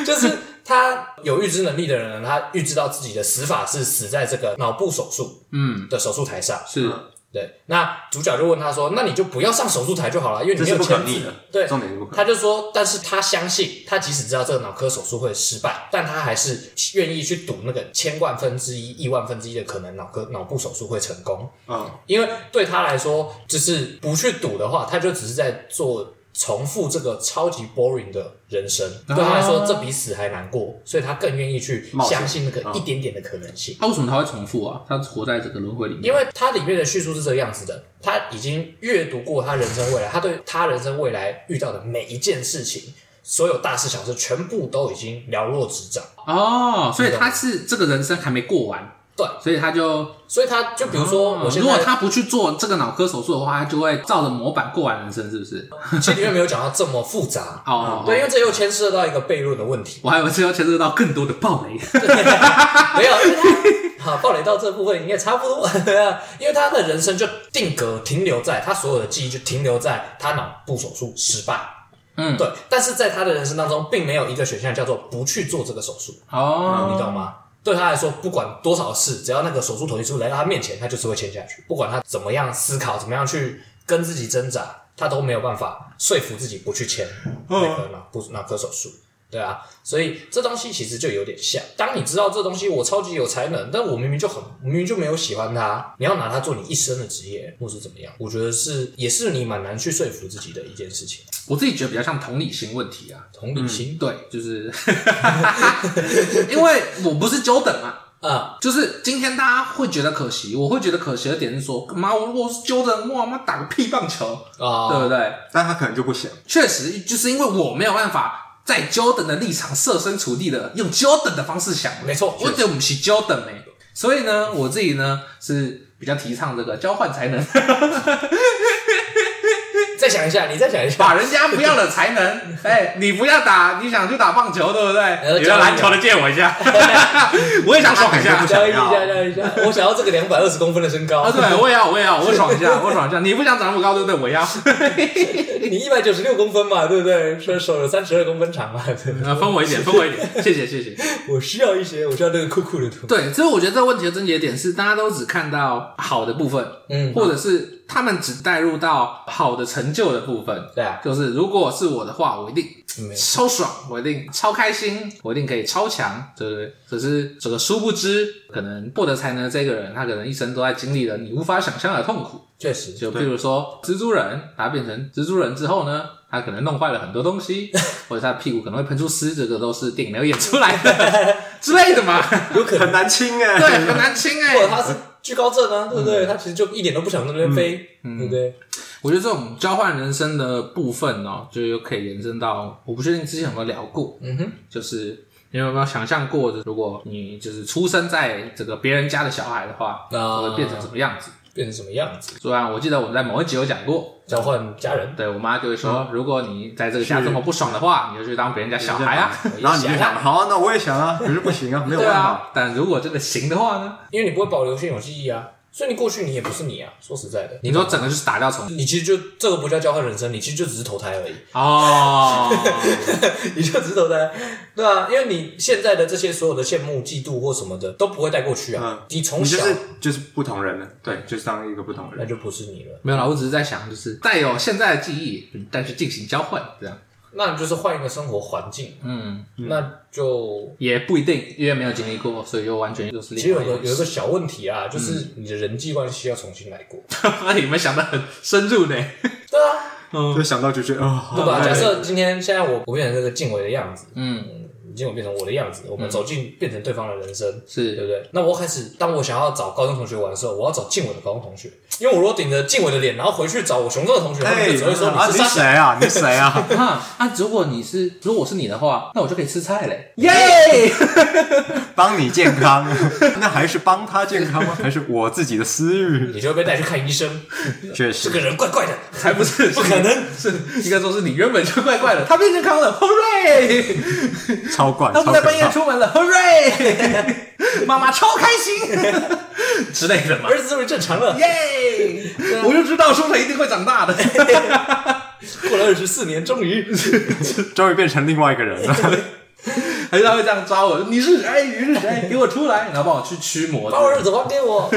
[SPEAKER 2] 就是他有预知能力的人呢，他预知到自己的死法是死在这个脑部手术嗯的手术台上，
[SPEAKER 1] 是
[SPEAKER 2] 对，那主角就问他说：“那你就不要上手术台就好了，因为你
[SPEAKER 3] 这
[SPEAKER 2] 没
[SPEAKER 3] 是
[SPEAKER 2] 有
[SPEAKER 3] 不可
[SPEAKER 2] 钱。
[SPEAKER 3] 逆的，
[SPEAKER 2] 对
[SPEAKER 3] 重点是不”可
[SPEAKER 2] 他就说：“但是他相信，他即使知道这个脑科手术会失败，但他还是愿意去赌那个千万分之一、亿万分之一的可能脑科脑部手术会成功，
[SPEAKER 3] 逆，啊，
[SPEAKER 2] 因为对他来说，就是不去赌的话，他就只是在做重复这个超级 boring 的人生。对他来说，这比死还难过，所以他更愿意去
[SPEAKER 3] 啊冒险嗯
[SPEAKER 2] 相信那个一点点的可能性。”
[SPEAKER 1] 他为什么他会重复啊？他活在这个轮回里面。
[SPEAKER 2] 因为它里面的叙述是这个样子的，他已经阅读过他人生未来，他对他人生未来遇到的每一件事情，所有大事小事，全部都已经了若指掌。
[SPEAKER 1] 哦，所以他是这个人生还没过完，
[SPEAKER 2] 对，
[SPEAKER 1] 所以他就嗯
[SPEAKER 2] 所以他就比如说，我现
[SPEAKER 1] 哦如
[SPEAKER 2] 在
[SPEAKER 1] 果他不去做这个脑科手术的话，他就会照着模板过完人生，是不是？
[SPEAKER 2] 其实里面没有讲到这么复杂，
[SPEAKER 1] 哦，
[SPEAKER 2] 嗯对，因为这又牵涉到一个悖论的 问题。
[SPEAKER 1] 我还以为是要牵涉到更多的暴 雷。
[SPEAKER 2] 没有，因为他好，暴雷到这部分应该差不多， 啊因为他的人生就定格停留在他所有的记忆就停留在他脑部手术失败。
[SPEAKER 1] 嗯
[SPEAKER 2] 对，但是在他的人生当中，并没有一个选项叫做不去做这个手术，
[SPEAKER 1] 哦，
[SPEAKER 2] 嗯你懂吗？对他来说，不管多少事，只要那个手术同意书来到他面前，他就是会签下去，不管他怎么样思考，怎么样去跟自己挣扎，他都没有办法说服自己不去签那个脑部脑科手术。对啊，所以这东西其实就有点像，当你知道这东西我超级有才能，但我明明就很明明就没有喜欢它，你要拿它做你一生的职业，或是怎么样？我觉得是也是你蛮难去说服自己的一件事情。
[SPEAKER 1] 我自己觉得比较像同理心问题啊。
[SPEAKER 2] 同理心
[SPEAKER 1] 对，就是 因为我不是 Jordan 嘛，
[SPEAKER 2] 啊、
[SPEAKER 1] 就是今天大家会觉得可惜，我会觉得可惜的点是说，妈，我我是 Jordan，哇妈打个屁棒球，
[SPEAKER 2] 啊、
[SPEAKER 1] 对不对？
[SPEAKER 3] 但他可能就不想，
[SPEAKER 1] 确实，就是因为我没有办法在 Jordan 的立场设身处地的用 Jordan 的方式想，
[SPEAKER 2] 没错
[SPEAKER 1] 我对我们是 Jordan 哎、所以呢，我自己呢是比较提倡这个交换才能，
[SPEAKER 2] 再想一下，你再想一下，
[SPEAKER 1] 把人家不要的才能， 哎、你不要打，你想去打棒球，对不对？
[SPEAKER 2] 呃
[SPEAKER 1] 你的篮球的借我一下， 我也想爽一下。
[SPEAKER 2] 交易一下，交易一下，我想要这个两百二十公分的身高。
[SPEAKER 1] 啊，对，我也要，我也要，我爽一下，我爽一下。你不想长那么高，对不对？我要。
[SPEAKER 2] 你一百九十六公分嘛，对不对？手手有三十二公分长嘛，对不对
[SPEAKER 1] 呃，分我一点，分我一点， 谢谢，谢谢。
[SPEAKER 2] 我需要一些，我需要那个酷酷的图。
[SPEAKER 1] 对，所以我觉得这个问题的症结点是，大家都只看到好的部分，
[SPEAKER 2] 嗯
[SPEAKER 1] 或者是他们只带入到好的成就的部分。
[SPEAKER 2] 对啊
[SPEAKER 1] 就是如果是我的话，我一定
[SPEAKER 2] 没有
[SPEAKER 1] 超爽，我一定超开心，我一定可以超强，对不对？可是这个殊不知，可能获得才能的这个人，他可能一生都在经历了你无法想象的痛苦。
[SPEAKER 2] 确实，
[SPEAKER 1] 就比如说蜘蛛人，他变成蜘蛛人之后呢，他可能弄坏了很多东 西，或者他屁股可能会喷出丝，这个都是电影 没有演出来的之类的嘛。
[SPEAKER 2] 有可能，
[SPEAKER 3] 很难清哎、
[SPEAKER 1] 对，很难清哎、
[SPEAKER 2] 或者他是居高症啊，对不对？他其实就一点都不想在那边飞，对不对？
[SPEAKER 1] 我觉得这种交换人生的部分哦，就又可以延伸到，我不确定之前有没有聊过，
[SPEAKER 2] 嗯哼，
[SPEAKER 1] 就是你有没有想象过，如果你就是出生在这个别人家的小孩的话，
[SPEAKER 2] 啊
[SPEAKER 1] 会变成什么样子？
[SPEAKER 2] 变成什么样子？
[SPEAKER 1] 虽然我记得我们在某一集有讲过，
[SPEAKER 2] 交换家人，
[SPEAKER 1] 对我妈就会说，如果你在这个家生活不爽的话，你就去当别人家小孩啊，
[SPEAKER 3] 然后你就想，好、啊，那我也想啊，可是不行啊，没 有
[SPEAKER 1] 对
[SPEAKER 3] 办法。
[SPEAKER 1] 啊。但如果真的行的话呢？
[SPEAKER 2] 因为你不会保留现有记忆啊，所以你过去你也不是你啊。说实在的，
[SPEAKER 1] 你说整个就是打掉重
[SPEAKER 2] 你其实就这个不叫交换人生，你其实就只是投胎而已，
[SPEAKER 1] 哦，
[SPEAKER 2] 你就只是投胎，对啊，因为你现在的这些所有的羡慕、嫉妒或什么的都不会带过去啊
[SPEAKER 3] 嗯，
[SPEAKER 2] 你从
[SPEAKER 3] 你就
[SPEAKER 2] 小
[SPEAKER 3] 是就是不同人了，对，就是当一个不同
[SPEAKER 2] 那
[SPEAKER 3] 人。
[SPEAKER 2] 就不是你了，
[SPEAKER 1] 没有啦，我只是在想，就是带有现在的记忆，但是进行交换，这样，
[SPEAKER 2] 那你就是换一个生活环境，
[SPEAKER 1] 嗯，
[SPEAKER 2] 那就
[SPEAKER 1] 也不一定，因为没有经历过，所以又完全就是
[SPEAKER 2] 其实
[SPEAKER 1] 另
[SPEAKER 2] 有
[SPEAKER 1] 外一
[SPEAKER 2] 个
[SPEAKER 1] 回
[SPEAKER 2] 有一
[SPEAKER 1] 事。
[SPEAKER 2] 个小问题
[SPEAKER 3] 嗯
[SPEAKER 2] 啊，就是你的人际关系要重新来过。
[SPEAKER 1] 你们想的很深入呢，
[SPEAKER 2] 对啊，
[SPEAKER 3] 就想到就觉得哦，好
[SPEAKER 2] 对吧？
[SPEAKER 3] 累
[SPEAKER 2] 假设今天现在我我变成这个静伟的样子，
[SPEAKER 1] 嗯，
[SPEAKER 2] 静伟变成我的样子，我们走进变成对方的人生，对
[SPEAKER 1] 是，
[SPEAKER 2] 不对？那我开始，当我想要找高中同学玩的时候，我要找静伟的高中同学，因为我如果顶着静伟的脸，然后回去找我雄壮的同学，他们
[SPEAKER 3] 哎，
[SPEAKER 2] 就只会说
[SPEAKER 3] 啊，
[SPEAKER 2] 你
[SPEAKER 3] 你
[SPEAKER 2] 是傻。
[SPEAKER 3] 谁啊？你谁啊？
[SPEAKER 1] 啊，啊，如果你是，如果我是你的话，那我就可以吃菜嘞，耶、
[SPEAKER 3] 帮你健康， 那还是帮他健康吗？还是我自己的私欲？
[SPEAKER 2] 你就会被带去看医生，
[SPEAKER 3] 确
[SPEAKER 2] 这
[SPEAKER 3] 实，
[SPEAKER 2] 个人怪怪的，
[SPEAKER 1] 才 不是，
[SPEAKER 2] 不可能。
[SPEAKER 1] 是，应该说是你原本就怪怪的， 他变健康了，hooray！
[SPEAKER 3] 超怪，
[SPEAKER 1] 他
[SPEAKER 3] 超
[SPEAKER 1] 不
[SPEAKER 3] 可
[SPEAKER 1] 在半夜
[SPEAKER 3] 怕。
[SPEAKER 1] 出门了，hooray！妈 妈超开心 之类的嘛，
[SPEAKER 2] 儿子终于正常了，
[SPEAKER 1] 耶、我就知道书城一定会长 大的。
[SPEAKER 2] 过了二十四年，终于
[SPEAKER 3] 终于变成另外一个人了。
[SPEAKER 1] 还是他会这样抓我？你是谁？你是谁？给我出来！然 后帮我去驱魔。
[SPEAKER 2] 把我儿子还给我。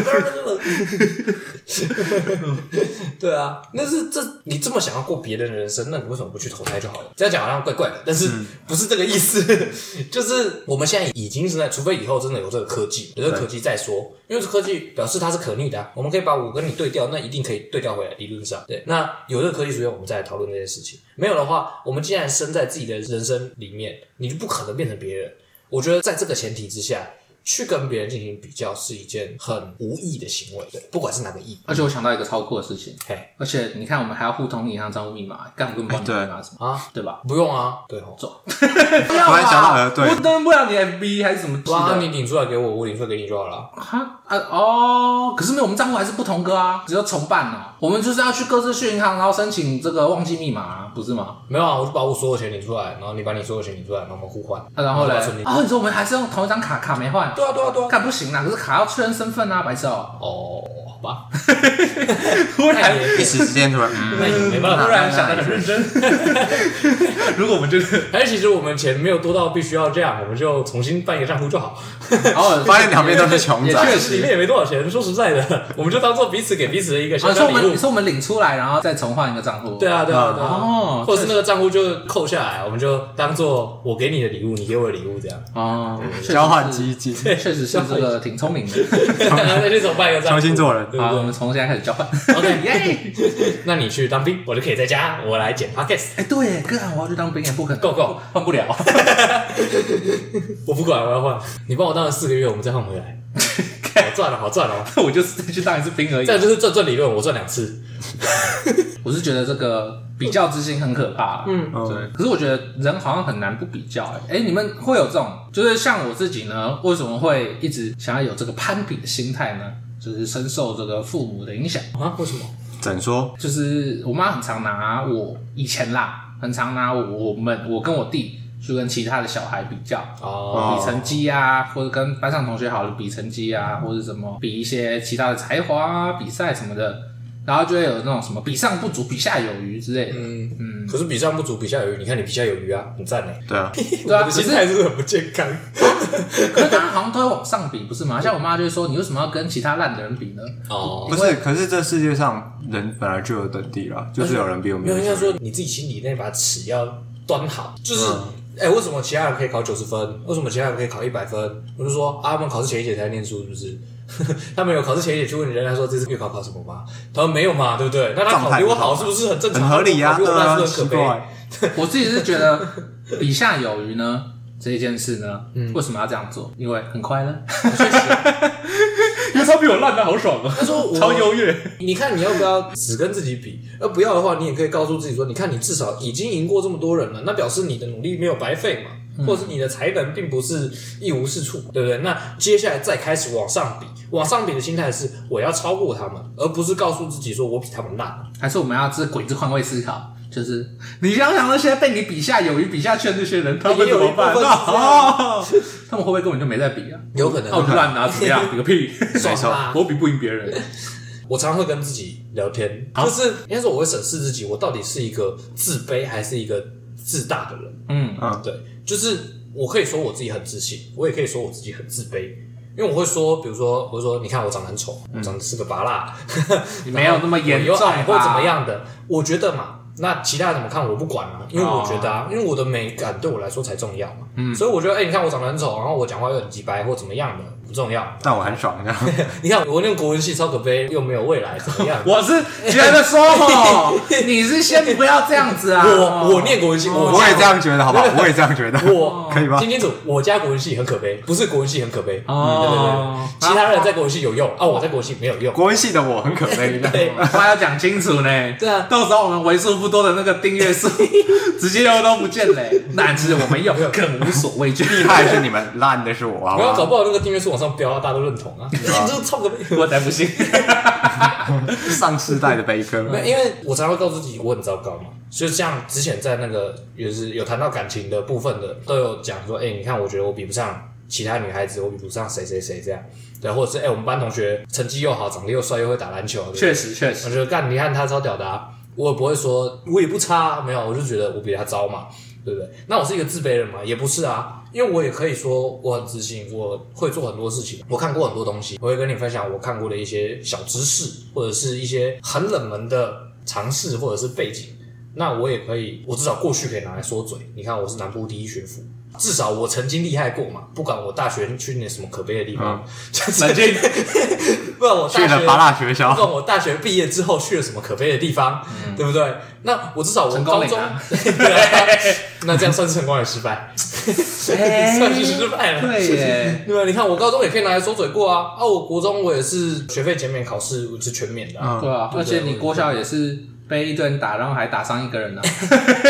[SPEAKER 2] 对啊，那是这你这么想要过别人的人生，那你为什么不去投胎就好了？这样讲好像怪怪的，但是不是这个意思？ 就是我们现在已经是在，除非以后真的有这个科技，有这个科技再说，因为这科技表示它是可逆的啊、我们可以把我跟你对调，那一定可以对调回来，理论上对。那有这个科技出现，我们再来讨论这件事情。没有的话，我们既然生在自己的人生里面，你就不可能变成别人。我觉得在这个前提之下。去跟别人进行比较是一件很无意的行为，对，不管是哪个意，
[SPEAKER 1] 而且我想到一个超酷的事情，
[SPEAKER 2] 嘿
[SPEAKER 1] 而且你看，我们还要互通银行账户密码，干我根本不知道你密码是什么，
[SPEAKER 2] 啊，
[SPEAKER 1] 对吧？
[SPEAKER 2] 不用啊，对吼，
[SPEAKER 1] 不要
[SPEAKER 3] 突然想
[SPEAKER 1] 啦
[SPEAKER 3] 到呃对
[SPEAKER 1] 我登不了你 FB 还是什么记
[SPEAKER 2] 哇，那
[SPEAKER 1] 得？
[SPEAKER 2] 啊你领出来给我，我领出来给你就好了。
[SPEAKER 1] 哈啊哦，可是没有，我们账户还是不同个啊，只有重办啊。我们就是要去各自去银行，然后申请这个忘记密码、啊，不是吗？
[SPEAKER 2] 没有啊，我就把我所有钱领出来，然后你把你所有钱领出来，然后我们互换。
[SPEAKER 1] 啊，然后嘞
[SPEAKER 2] 我把存，
[SPEAKER 1] 啊，你说我们还是用同一张卡，卡没换，
[SPEAKER 2] 对啊，对啊，对啊。
[SPEAKER 1] 干不行啦，可是卡要确认身份啊，白痴哦、
[SPEAKER 2] 哦，好吧，
[SPEAKER 1] 突然
[SPEAKER 2] 那也
[SPEAKER 3] 一时之间突然，嗯
[SPEAKER 2] 那也没办
[SPEAKER 1] 突
[SPEAKER 2] 法。
[SPEAKER 1] 然想的很认 真。如果我们真的
[SPEAKER 2] 但哎是其实我们钱没有多到必须要这样，我们就重新办一个账户就好。
[SPEAKER 1] 然后
[SPEAKER 3] 发现两边都是
[SPEAKER 1] 哦
[SPEAKER 3] 穷
[SPEAKER 1] 也确
[SPEAKER 3] 仔，
[SPEAKER 1] 实
[SPEAKER 2] 里面也没多少钱，说实在的， 我们就当做彼此给彼此的一个小
[SPEAKER 1] 啊，是
[SPEAKER 2] 小
[SPEAKER 1] 我
[SPEAKER 2] 礼
[SPEAKER 1] 们
[SPEAKER 2] 物。
[SPEAKER 1] 是我们领出来，然后再重换一个账户。
[SPEAKER 2] 对，啊，对啊，对啊。
[SPEAKER 1] 哦，
[SPEAKER 2] 或者是那个账户就扣下来，我们就当做我给你的礼物，你给我的礼物这 样。
[SPEAKER 1] 哦，确实是
[SPEAKER 3] 交换基金，
[SPEAKER 1] 确实是这个挺聪明的。
[SPEAKER 2] 那就总办一个账户，
[SPEAKER 3] 重新做人
[SPEAKER 2] 对不
[SPEAKER 1] 好，我
[SPEAKER 2] 对？
[SPEAKER 1] 们从现在开始交换。
[SPEAKER 2] OK
[SPEAKER 1] 耶！
[SPEAKER 2] 那你去当兵，我就可以在家，我来剪 podcast。
[SPEAKER 1] 哎，对耶，哥，我要去当兵也不可能，
[SPEAKER 2] Go go，
[SPEAKER 1] 换不了。
[SPEAKER 2] 我不管，我要换。你帮我当了四个月，我们再换回来， 好赚了，好赚了。
[SPEAKER 1] 我就是再去当一次兵而已
[SPEAKER 2] 这。样就是赚赚理论，我赚两次。
[SPEAKER 1] 我是觉得这个比较之心很可怕。嗯，对。可是我觉得人好像很难不比较、欸。哎、你们会有这种，就是像我自己呢，为什么会一直想要有这个攀比的心态呢？就是深受这个父母的影响。
[SPEAKER 2] 啊？为什么？
[SPEAKER 3] 怎说？
[SPEAKER 1] 就是我妈很常拿我以前啦，很常拿我我们我跟我弟去跟其他的小孩比较。
[SPEAKER 2] 哦，
[SPEAKER 1] 比成绩啊，或者跟班上同学好了比成绩啊，或者什么比一些其他的才华啊、比赛什么的，然后就会有那种什么比上不足，比下有余之类的。
[SPEAKER 2] 嗯嗯。可是比上不足，比下有余。你看你比下有余啊，很赞 呢。
[SPEAKER 3] 对啊，
[SPEAKER 1] 对啊
[SPEAKER 2] 我的心态是不是很不健康？
[SPEAKER 1] 可是大家好像都会往上比，不是 吗？像我妈就会说，你为什么要跟其他烂的人比呢？
[SPEAKER 2] 哦，
[SPEAKER 3] 不是，可是这世界上人本来就有等地啦，就是有人比我们
[SPEAKER 2] 没有，应该
[SPEAKER 3] 优秀
[SPEAKER 2] 说你自己心里那把尺要端好，就是。
[SPEAKER 3] 嗯
[SPEAKER 2] 哎、为什么其他人可以考九十分？为什么其他人可以考一百分？我就说啊，他们考试前一节才念书，是不是？ 他们有考试前一节去问人家说这次月考考什么吗？他们没有嘛，对不对？那他考比我好，是不是很正常？
[SPEAKER 3] 很合理呀、啊
[SPEAKER 2] 他
[SPEAKER 3] 对
[SPEAKER 2] 考比我烂
[SPEAKER 3] 啊，
[SPEAKER 2] 是不是
[SPEAKER 3] 奇
[SPEAKER 2] 很可悲？
[SPEAKER 3] 怪，
[SPEAKER 1] 我自己是觉得比下有余呢，这一件事呢，为什么要这样做？因为很快乐，
[SPEAKER 2] 确实，
[SPEAKER 1] 因为他比我烂的好爽啊，
[SPEAKER 2] 他说我
[SPEAKER 1] 超优越。
[SPEAKER 2] 你看你要不要只跟自己比？那不要的话，你也可以告诉自己说，你看你至少已经赢过这么多人了，那表示你的努力没有白费嘛，或者是你的才能并不是一无是处，对不对？那接下来再开始往上比，往上比的心态是我要超过他们，而不是告诉自己说我比他们烂。
[SPEAKER 1] 还是我们要这鬼子换位思考，就是你想想那些被你比下有余、比下去的那些人，他们
[SPEAKER 2] 也
[SPEAKER 1] 怎
[SPEAKER 2] 有
[SPEAKER 1] 么
[SPEAKER 2] 一部分
[SPEAKER 1] 办？
[SPEAKER 2] 是这样
[SPEAKER 1] 哦 他们会不会根本就没在比 啊？
[SPEAKER 2] 有可能
[SPEAKER 1] 那我就烂啊，怎么样？比个屁！
[SPEAKER 2] 爽啊
[SPEAKER 1] 我比不赢别人。
[SPEAKER 2] 我常常会跟自己聊天，就是应该说我会审视自己，我到底是一个自卑还是一个自大的人。
[SPEAKER 1] 嗯，
[SPEAKER 2] 对，就是我可以说我自己很自信，我也可以说我自己很自卑，因为我会说，比如说，我会说，你看我长得很丑，我长得是个拔蜡，
[SPEAKER 1] 没有那么严重
[SPEAKER 2] 有矮
[SPEAKER 1] 嗯吧？？
[SPEAKER 2] 或怎么？样的，我觉得嘛。那其他人怎么看我不管啊，因为我觉得啊，因为我的美感对我来说才重要嘛。嗯，所以我觉得，哎、你看我长得很丑，然后我讲话又很鸡掰或怎么样的，不重要。
[SPEAKER 3] 但我很爽这样。
[SPEAKER 2] 你看我念国文系超可悲，又没有未来，怎么样
[SPEAKER 1] 我是觉得说，哦，你是先不要这样子啊。哦
[SPEAKER 2] 我我念国文系， 我
[SPEAKER 3] 我也这样觉得，好 不好？我也这样觉得，
[SPEAKER 2] 我
[SPEAKER 3] 可以吧
[SPEAKER 2] 听？清楚，我家国文系很可悲，不是国文系很可悲。
[SPEAKER 1] 哦，
[SPEAKER 2] 其他人在国文系有用啊，我在国文系没有用。
[SPEAKER 3] 国文系的我很可悲， 这样
[SPEAKER 2] 对
[SPEAKER 1] 话哦要讲清楚呢。
[SPEAKER 2] 对啊
[SPEAKER 1] 到时候我们为数不多的那个订阅数直接又都不见嘞。那其实我们有更无所畏惧。
[SPEAKER 3] 厉害是你们，烂的是我，好
[SPEAKER 2] 没有，搞
[SPEAKER 3] 吧？
[SPEAKER 2] 不好那个订阅数往上飙，大家都 认同啊。你这个臭个屁！
[SPEAKER 1] 我才不信。
[SPEAKER 3] 上世代的悲歌，
[SPEAKER 2] 没有因为我常常会告诉自己我很糟糕嘛，所以像之前在那个也是有谈到感情的部分的，都有讲说，哎、你看，我觉得我比不上其他女孩子，我比不上谁谁谁这样，对，或者是哎、我们班同学成绩又好，长得又帅，又会打篮球，对不 对
[SPEAKER 1] 确实，确实
[SPEAKER 2] 我。觉得干，你看他超屌的啊！我也不会说，我也不差啊，没有，我就觉得我比他糟嘛，对不对？那我是一个自卑人嘛，也不是啊，因为我也可以说我很自信，我会做很多事情，我看过很多东西，我会跟你分享我看过的一些小知识，或者是一些很冷门的尝试或者是背景。那我也可以，我至少过去可以拿来说嘴。你看，我是南部第一学府，至少我曾经厉害过嘛。不管我大学去那什么可悲的地方，就是
[SPEAKER 1] 冷静
[SPEAKER 2] 不然我大
[SPEAKER 3] 啊去
[SPEAKER 2] 学
[SPEAKER 3] 了八大学
[SPEAKER 2] 不
[SPEAKER 3] 校，
[SPEAKER 1] 啊
[SPEAKER 2] 管我大学毕业之后去了什么可悲的地方，对不对？那我至少我
[SPEAKER 1] 嗯成功
[SPEAKER 2] 高
[SPEAKER 1] 了
[SPEAKER 2] 中
[SPEAKER 1] 呀，
[SPEAKER 2] 对啊那这样算是成功还是失败？
[SPEAKER 1] 哎
[SPEAKER 2] 算是失败了。
[SPEAKER 1] 对耶，
[SPEAKER 2] 对吧？啊你看我高中也可以拿来说嘴过啊，啊，我国中我也是学费减免考试我是全免的、啊，
[SPEAKER 1] 对啊。
[SPEAKER 2] 对
[SPEAKER 1] 而且你国小也是被一顿打，然后还打伤一个人呢，啊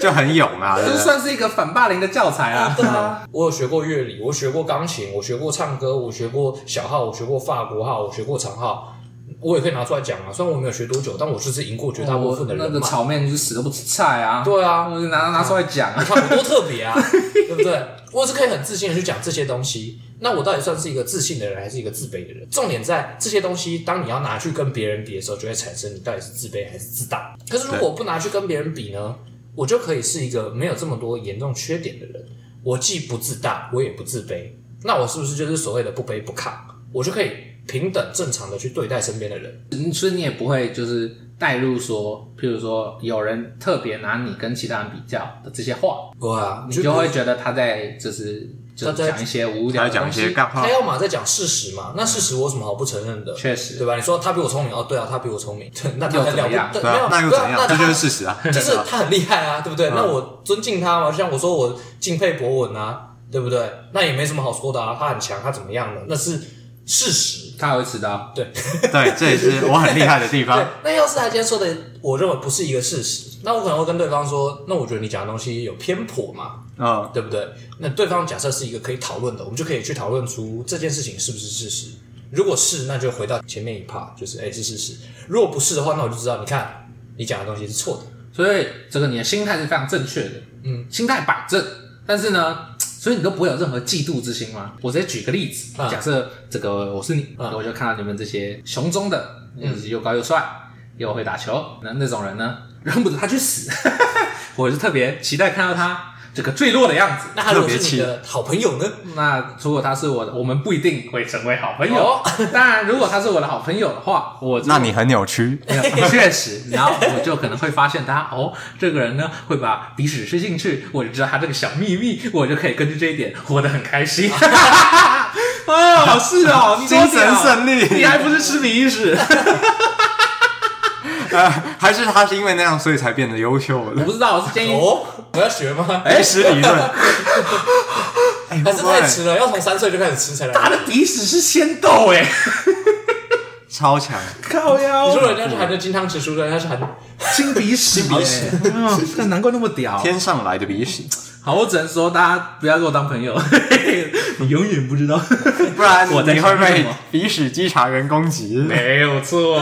[SPEAKER 3] 就很勇啊，对
[SPEAKER 1] 这
[SPEAKER 3] 不对？
[SPEAKER 1] 算是一个反霸凌的教材啊。
[SPEAKER 2] 对啊，我有学过乐理，我学过钢琴，我学过唱歌，我学过小号，我学过法国号，我学过长号，我也可以拿出来讲啊。虽然我没有学多久，但我就是赢过绝大部
[SPEAKER 1] 我
[SPEAKER 2] 分的
[SPEAKER 1] 哦那
[SPEAKER 2] 人
[SPEAKER 1] 个
[SPEAKER 2] 嘛。
[SPEAKER 1] 炒面就是死都不吃菜啊。
[SPEAKER 2] 对啊，
[SPEAKER 1] 我就拿拿出来讲啊
[SPEAKER 2] 你。看我多特别啊， 对不对？我是可以很自信的去讲这些东西。那我到底算是一个自信的人，还是一个自卑的人？重点在这些东西，当你要拿去跟别人比的时候，就会产生你到底是自卑还是自大。可是如果不拿去跟别人比呢，我就可以是一个没有这么多严重缺点的人。我既不自大，我也不自卑。那我是不是就是所谓的不卑不亢？我就可以平等正常的去对待身边的人。
[SPEAKER 1] 嗯所以你也不会就是带入说，譬如说有人特别拿你跟其他人比较的这些话，
[SPEAKER 2] 对啊，
[SPEAKER 1] 你就会觉得他在就是就
[SPEAKER 2] 他在
[SPEAKER 1] 讲一些无聊
[SPEAKER 3] 还
[SPEAKER 1] 的
[SPEAKER 3] 讲
[SPEAKER 1] 东
[SPEAKER 3] 一些
[SPEAKER 1] 西。
[SPEAKER 3] 干话
[SPEAKER 2] 他，要么在讲事实嘛，那事实我有什么好不承认的？
[SPEAKER 1] 确实
[SPEAKER 2] 对吧？你说他比我聪明，哦，对啊，他比我聪明，对那他
[SPEAKER 1] 又
[SPEAKER 2] 很
[SPEAKER 1] 怎么
[SPEAKER 2] 了
[SPEAKER 1] 样
[SPEAKER 2] 不，对
[SPEAKER 3] 对
[SPEAKER 2] 没
[SPEAKER 3] 啊
[SPEAKER 2] 有，，
[SPEAKER 3] 那又
[SPEAKER 2] 对
[SPEAKER 3] 怎
[SPEAKER 2] 啊
[SPEAKER 3] 样？
[SPEAKER 2] 那
[SPEAKER 3] 这
[SPEAKER 2] 他
[SPEAKER 3] 就是事实啊，
[SPEAKER 2] 就是
[SPEAKER 3] 啊
[SPEAKER 2] 他很厉害啊，对不对？那我尊敬他嘛，就像我说我敬佩博文啊，对不对？那也没什么好说的啊，他很强，他怎么样呢？那是事实。
[SPEAKER 1] 他还会迟到，
[SPEAKER 2] 对
[SPEAKER 3] 对，这也是我很厉害的
[SPEAKER 2] 对
[SPEAKER 3] 地方。，
[SPEAKER 2] 那要是他今天说的，我认为不是一个事实，那我可能会跟对方说，那我觉得你讲的东西有偏颇嘛，
[SPEAKER 3] 嗯，
[SPEAKER 2] 对不对？那对方假设是一个可以讨论的，我们就可以去讨论出这件事情是不是事实。如果是，那就回到前面一趴，就是哎、是事实；如果不是的话，那我就知道，你看你讲的东西是错的。
[SPEAKER 1] 所以这个你的心态是非常正确的，
[SPEAKER 2] 嗯，
[SPEAKER 1] 心态摆正，但是呢。所以你都不会有任何嫉妒之心吗？我直接举个例子，
[SPEAKER 2] 嗯
[SPEAKER 1] 假设这个我是你，
[SPEAKER 2] 嗯
[SPEAKER 1] 我就看到你们这些雄中的，就是又高又帅又会打球，那那种人呢，恨不得他去死。 我是特别期待看到他这个坠落的样子。
[SPEAKER 2] 那他如果是你的好朋友呢？
[SPEAKER 1] 那如果他是我的，我们不一定会成为好朋友。
[SPEAKER 2] 哦
[SPEAKER 1] 当然，如果他是我的好朋友的话，我
[SPEAKER 3] 那你很扭曲，
[SPEAKER 1] 没有 确实，然后我就可能会发现他哦，这个人呢会把鼻屎吃进去，我就知道他这个小秘密，我就可以根据这一点活得很开 心。哎呀，好是哦，你多
[SPEAKER 3] 精神
[SPEAKER 1] 屌
[SPEAKER 3] 胜利
[SPEAKER 1] 你还不是吃鼻屎？
[SPEAKER 3] 呃，还是他是因为那样所以才变得优秀
[SPEAKER 1] 我
[SPEAKER 3] 的？
[SPEAKER 1] 不知道，我是建议
[SPEAKER 2] 哦，我要学 吗？
[SPEAKER 3] 哎，屎理论，哎
[SPEAKER 2] 还是太迟了，要从三岁就开始吃才
[SPEAKER 1] 他
[SPEAKER 2] 来。
[SPEAKER 1] 的鼻屎是仙豆哎，
[SPEAKER 3] 超强，
[SPEAKER 1] 靠
[SPEAKER 3] 啊
[SPEAKER 2] 你说
[SPEAKER 1] 腰，
[SPEAKER 2] 人家是含着金汤匙出生，人家是含
[SPEAKER 1] 金鼻屎，金鼻屎，这难怪那么屌。
[SPEAKER 3] 天上来的鼻屎，
[SPEAKER 1] 好，我只能说大家不要跟我当朋友， 你永远不知道。
[SPEAKER 3] 不然
[SPEAKER 1] 我在
[SPEAKER 3] 你会
[SPEAKER 1] 想什
[SPEAKER 3] 被
[SPEAKER 1] 么
[SPEAKER 3] 鼻屎稽查员攻击。
[SPEAKER 1] 没有错，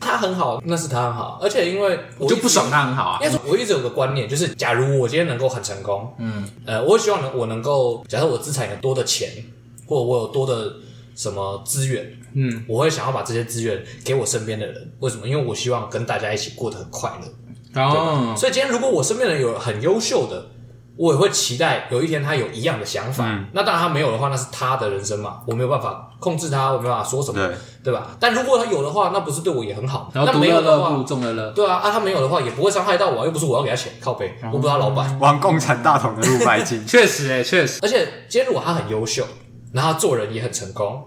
[SPEAKER 2] 他很好，那是他很好，而且因为
[SPEAKER 1] 我
[SPEAKER 2] 我一直
[SPEAKER 1] 就不爽。他很好啊
[SPEAKER 2] 应。该说，我一直有个观念，就是假如我今天能够很成功，嗯，呃，我希望能我能够，假设我资产有多的钱，或者我有多的什么资源，
[SPEAKER 1] 嗯，
[SPEAKER 2] 我会想要把这些资源给我身边的人。为什么？因为我希望跟大家一起过得很快乐。
[SPEAKER 1] 哦，
[SPEAKER 2] 所以今天如果我身边的人有很优秀的，我也会期待有一天他有一样的想法。
[SPEAKER 3] 嗯
[SPEAKER 2] 那当然他没有的话，那是他的人生嘛，我没有办法控制他，我没有办法说什么，
[SPEAKER 3] 对
[SPEAKER 2] 吧？但如果他有的话，那不是对我也很好？
[SPEAKER 1] 然后
[SPEAKER 2] 那
[SPEAKER 1] 独
[SPEAKER 2] 没
[SPEAKER 1] 乐
[SPEAKER 2] 有的
[SPEAKER 1] 乐不
[SPEAKER 2] 话，
[SPEAKER 1] 众乐乐，，
[SPEAKER 2] 对啊，啊他没有的话也不会伤害到我、啊，又不是我要给他钱，靠背，我不是他老板。
[SPEAKER 3] 往共产大同的路迈进
[SPEAKER 1] 确实哎，确实。
[SPEAKER 2] 而且今天如果他很优秀，然后他做人也很成功，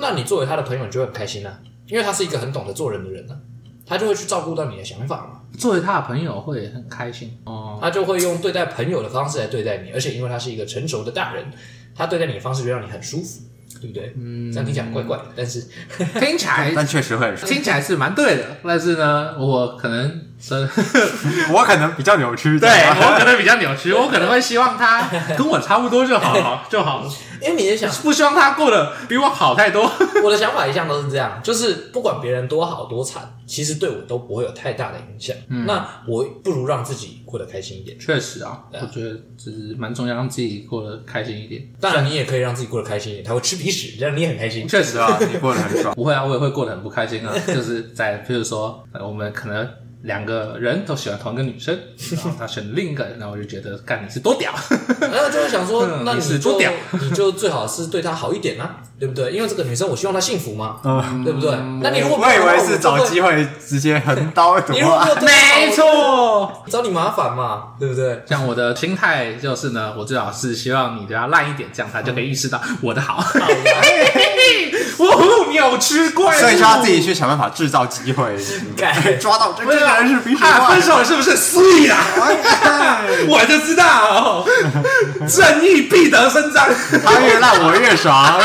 [SPEAKER 2] 那你作为他的朋友，你就会很开心啊，因为他是一个很懂得做人的人啊，他就会去照顾到你的想法嘛。
[SPEAKER 1] 作为他的朋友会很开心哦。
[SPEAKER 2] 他就会用对待朋友的方式来对待你，而且因为他是一个成熟的大人，他对待你的方式就让你很舒服，对不对？嗯，这样听起来怪怪的，但是
[SPEAKER 1] 听起来
[SPEAKER 3] 但确实会很爽。
[SPEAKER 1] 听起来是蛮对的，但是呢，我可能真
[SPEAKER 3] 我可能比较扭曲，
[SPEAKER 1] 对
[SPEAKER 3] 吧
[SPEAKER 1] 我可能比较扭曲，我可能会希望他跟我差不多就 好就好，
[SPEAKER 2] 因为你也想，
[SPEAKER 1] 不希望他过得比我好太多。
[SPEAKER 2] 我的想法一向都是这样，就是不管别人多好多惨，其实对我都不会有太大的影响。那我不如让自己过得开心一点。
[SPEAKER 1] 确实啊，
[SPEAKER 2] 对啊
[SPEAKER 1] 我觉得这是蛮重要，让自己过得开心一点。
[SPEAKER 2] 当然，你也可以让自己过得开心一点，他会吃鼻屎，让你也很开 心。
[SPEAKER 1] 确实啊
[SPEAKER 3] 对吧？你过得很爽，
[SPEAKER 1] 不会啊，我也会过得很不开心啊。 就是在譬如说，呃我们可能两个人都喜欢同一个女生，然后他选了另一个，然后我就觉得，干你是多屌。
[SPEAKER 2] 然后就会想说，
[SPEAKER 1] 嗯
[SPEAKER 2] 那
[SPEAKER 1] 你是
[SPEAKER 2] 你就
[SPEAKER 1] 多屌
[SPEAKER 2] 你就最好是对她好一点啊，对不对？因为这个女生，我希望她幸福嘛，对不对？那
[SPEAKER 1] 哎
[SPEAKER 2] 你如果
[SPEAKER 3] 我以为
[SPEAKER 2] 我
[SPEAKER 3] 是
[SPEAKER 2] 就
[SPEAKER 3] 找
[SPEAKER 2] 会
[SPEAKER 3] 机会直接横刀夺
[SPEAKER 2] 你如果
[SPEAKER 3] 爱。
[SPEAKER 2] 对她好
[SPEAKER 1] 没错，
[SPEAKER 2] 找你麻烦嘛，对不对？
[SPEAKER 1] 像我的心态就是呢，我最好是希望你对他烂一点，这样他就可以意识到我的嗯好。 我扭曲怪物，
[SPEAKER 3] 所以就要自己去想办法制造机会，
[SPEAKER 2] 干
[SPEAKER 3] 抓到这
[SPEAKER 1] 没
[SPEAKER 3] 个
[SPEAKER 1] 有啊。
[SPEAKER 3] 人是比
[SPEAKER 1] 啊，分
[SPEAKER 3] 手
[SPEAKER 1] 手是不是碎啦？
[SPEAKER 3] 哎
[SPEAKER 1] 我就知 道，正义必得伸张。
[SPEAKER 3] 他越烂我 越爽。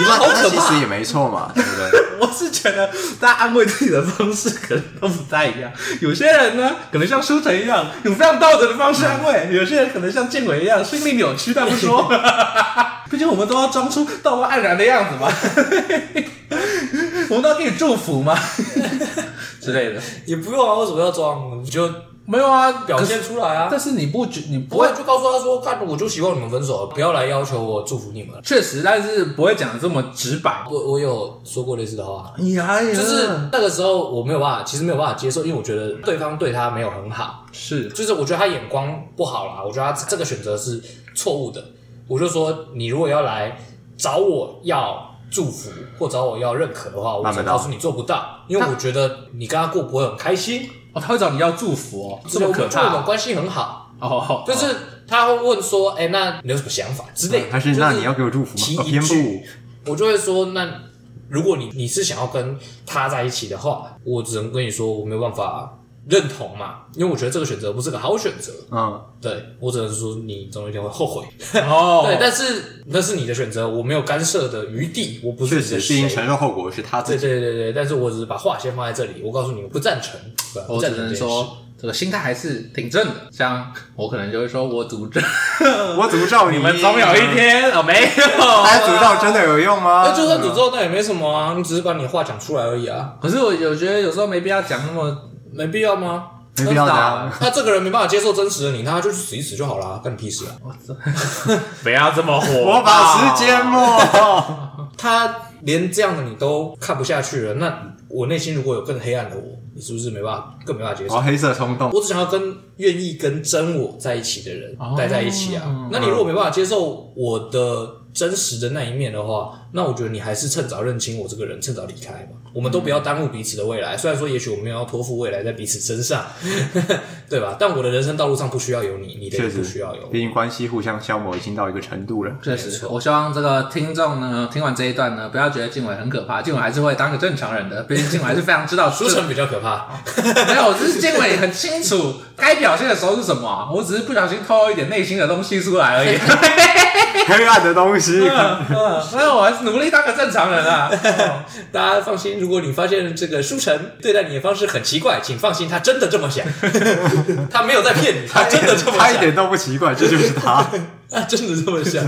[SPEAKER 3] 你烂那其实也没错嘛，对不对？
[SPEAKER 1] 我是觉得大家安慰自己的方式可能都不太一样。有些人呢，可能像舒晨一样，用非常道德的方式安慰；有些人可能像建伟一样，心里扭曲但不 说。毕竟我们都要装出道貌岸然的样子 嘛，我们都要给你祝福 嘛之类的。
[SPEAKER 2] 也不用啊，为什么要装？你就
[SPEAKER 1] 没有啊，
[SPEAKER 2] 表现出来啊
[SPEAKER 1] 可是。但。是你不觉你
[SPEAKER 2] 不
[SPEAKER 1] 不会
[SPEAKER 2] 会就告诉他说，干，我就希望你们分手，不要来要求我祝福你们。
[SPEAKER 1] 确实，但是不会讲的这么直白。
[SPEAKER 2] 我我有说过类似的话，
[SPEAKER 1] 哎呀呀，
[SPEAKER 2] 就是那个时候我没有办法，其实没有办法接受，因为我觉得对方对他没有很好，
[SPEAKER 1] 是
[SPEAKER 2] 就是我觉得他眼光不好啦，我觉得他这个选择是错误的。我就说，你如果要来找我要祝福或找我要认可的话，我
[SPEAKER 3] 办
[SPEAKER 2] 只
[SPEAKER 3] 不
[SPEAKER 2] 能
[SPEAKER 3] 到
[SPEAKER 2] 告诉你做不到，因为我觉得你跟他过不会很开心，
[SPEAKER 1] 哦，他会找你要祝福哦，这
[SPEAKER 2] 我
[SPEAKER 1] 么
[SPEAKER 2] 们
[SPEAKER 1] 可
[SPEAKER 2] 就我们
[SPEAKER 1] 怕
[SPEAKER 2] 关系很好，
[SPEAKER 1] 哦，
[SPEAKER 2] 就是他会问说：“哎、那你有什么想法之类的？”
[SPEAKER 3] 还是
[SPEAKER 2] 就
[SPEAKER 3] 那你要给我祝福
[SPEAKER 2] 提
[SPEAKER 3] 吗？哦
[SPEAKER 2] 一
[SPEAKER 3] 偏
[SPEAKER 2] 句
[SPEAKER 3] 不，
[SPEAKER 2] 我就会说：“那如果你你是想要跟他在一起的话，我只能跟你说我没有办法认同嘛，因为我觉得这个选择不是个好选择。
[SPEAKER 3] 嗯，
[SPEAKER 2] 对我只能说你总有一天会后悔。
[SPEAKER 1] 哦，
[SPEAKER 2] 对，但是那是你的选择，我没有干涉的余地，我不是
[SPEAKER 3] 确
[SPEAKER 2] 你的
[SPEAKER 3] 实是应
[SPEAKER 2] 谁
[SPEAKER 3] 承受后果是他自
[SPEAKER 2] 对
[SPEAKER 3] 己。
[SPEAKER 2] 对对对，但是我只是把话先放在这里，我告诉你，我不赞成，对
[SPEAKER 1] 我
[SPEAKER 2] 不
[SPEAKER 1] 只
[SPEAKER 2] 赞成这
[SPEAKER 1] 能
[SPEAKER 2] 件事
[SPEAKER 1] 说这个心态还是挺正的。像我可能就会说，我诅咒
[SPEAKER 3] 我诅咒
[SPEAKER 1] 你们总有一，天，哦，没
[SPEAKER 3] 哎，
[SPEAKER 1] 有。啊
[SPEAKER 3] 诅咒真的有用
[SPEAKER 2] 那
[SPEAKER 3] 吗？嗯
[SPEAKER 2] 就哎算诅咒，那也没什么啊，你只是把你的话讲出来而已啊。
[SPEAKER 1] 可是我有觉得有时候没必要讲那么
[SPEAKER 2] 没必要吗？
[SPEAKER 3] 没必要的啊
[SPEAKER 1] 啊，
[SPEAKER 2] 那这个人没办法接受真实的你，那他就去死一死就好啦，干你屁事啊！
[SPEAKER 1] 不要这么火。
[SPEAKER 3] 我把时间末。
[SPEAKER 2] 他连这样的你都看不下去了，那我内心如果有更黑暗的我，你是不是没办法，更没办法接
[SPEAKER 3] 哦，
[SPEAKER 2] 受？
[SPEAKER 3] 黑色冲动，
[SPEAKER 2] 我只想要跟愿意跟真我在一起的人
[SPEAKER 1] 哦
[SPEAKER 3] 嗯
[SPEAKER 2] 待在一起啊。那你如果没办法接受我的真实的那一面的话，那我觉得你还是趁早认清我这个人，趁早离开吧。
[SPEAKER 3] 嗯
[SPEAKER 2] 我们都不要耽误彼此的未来。虽然说也许我们没有要托付未来在彼此身上， 对吧？但我的人生道路上不需要有你，你的也
[SPEAKER 3] 确
[SPEAKER 2] 不需
[SPEAKER 3] 实
[SPEAKER 2] 要有，我。
[SPEAKER 3] 毕竟关系互相消磨已经到一个程度了。
[SPEAKER 1] 确
[SPEAKER 2] 没
[SPEAKER 1] 实，
[SPEAKER 2] 错
[SPEAKER 1] 我希望这个听众呢，听完这一段呢，不要觉得静伟很可怕，静伟还是会当个正常人的，毕竟静伟还 是非常知道
[SPEAKER 2] 书城比较可怕。
[SPEAKER 1] 没有，我只是建伟很清楚该表现的时候是什么啊、我只是不小心透露一点内心的东西出来而 已。
[SPEAKER 3] 黑暗的东 西，
[SPEAKER 1] 嗯，那我还是努力当个正常人啊。
[SPEAKER 2] 大家放心，如果你发现这个书城对待你的方式很奇怪，请放心，他真的这 么想，他没有在骗你，他真的这么
[SPEAKER 3] 他一
[SPEAKER 2] 想，
[SPEAKER 3] 点都不奇怪，这就是 他。
[SPEAKER 2] 他真的这么 想，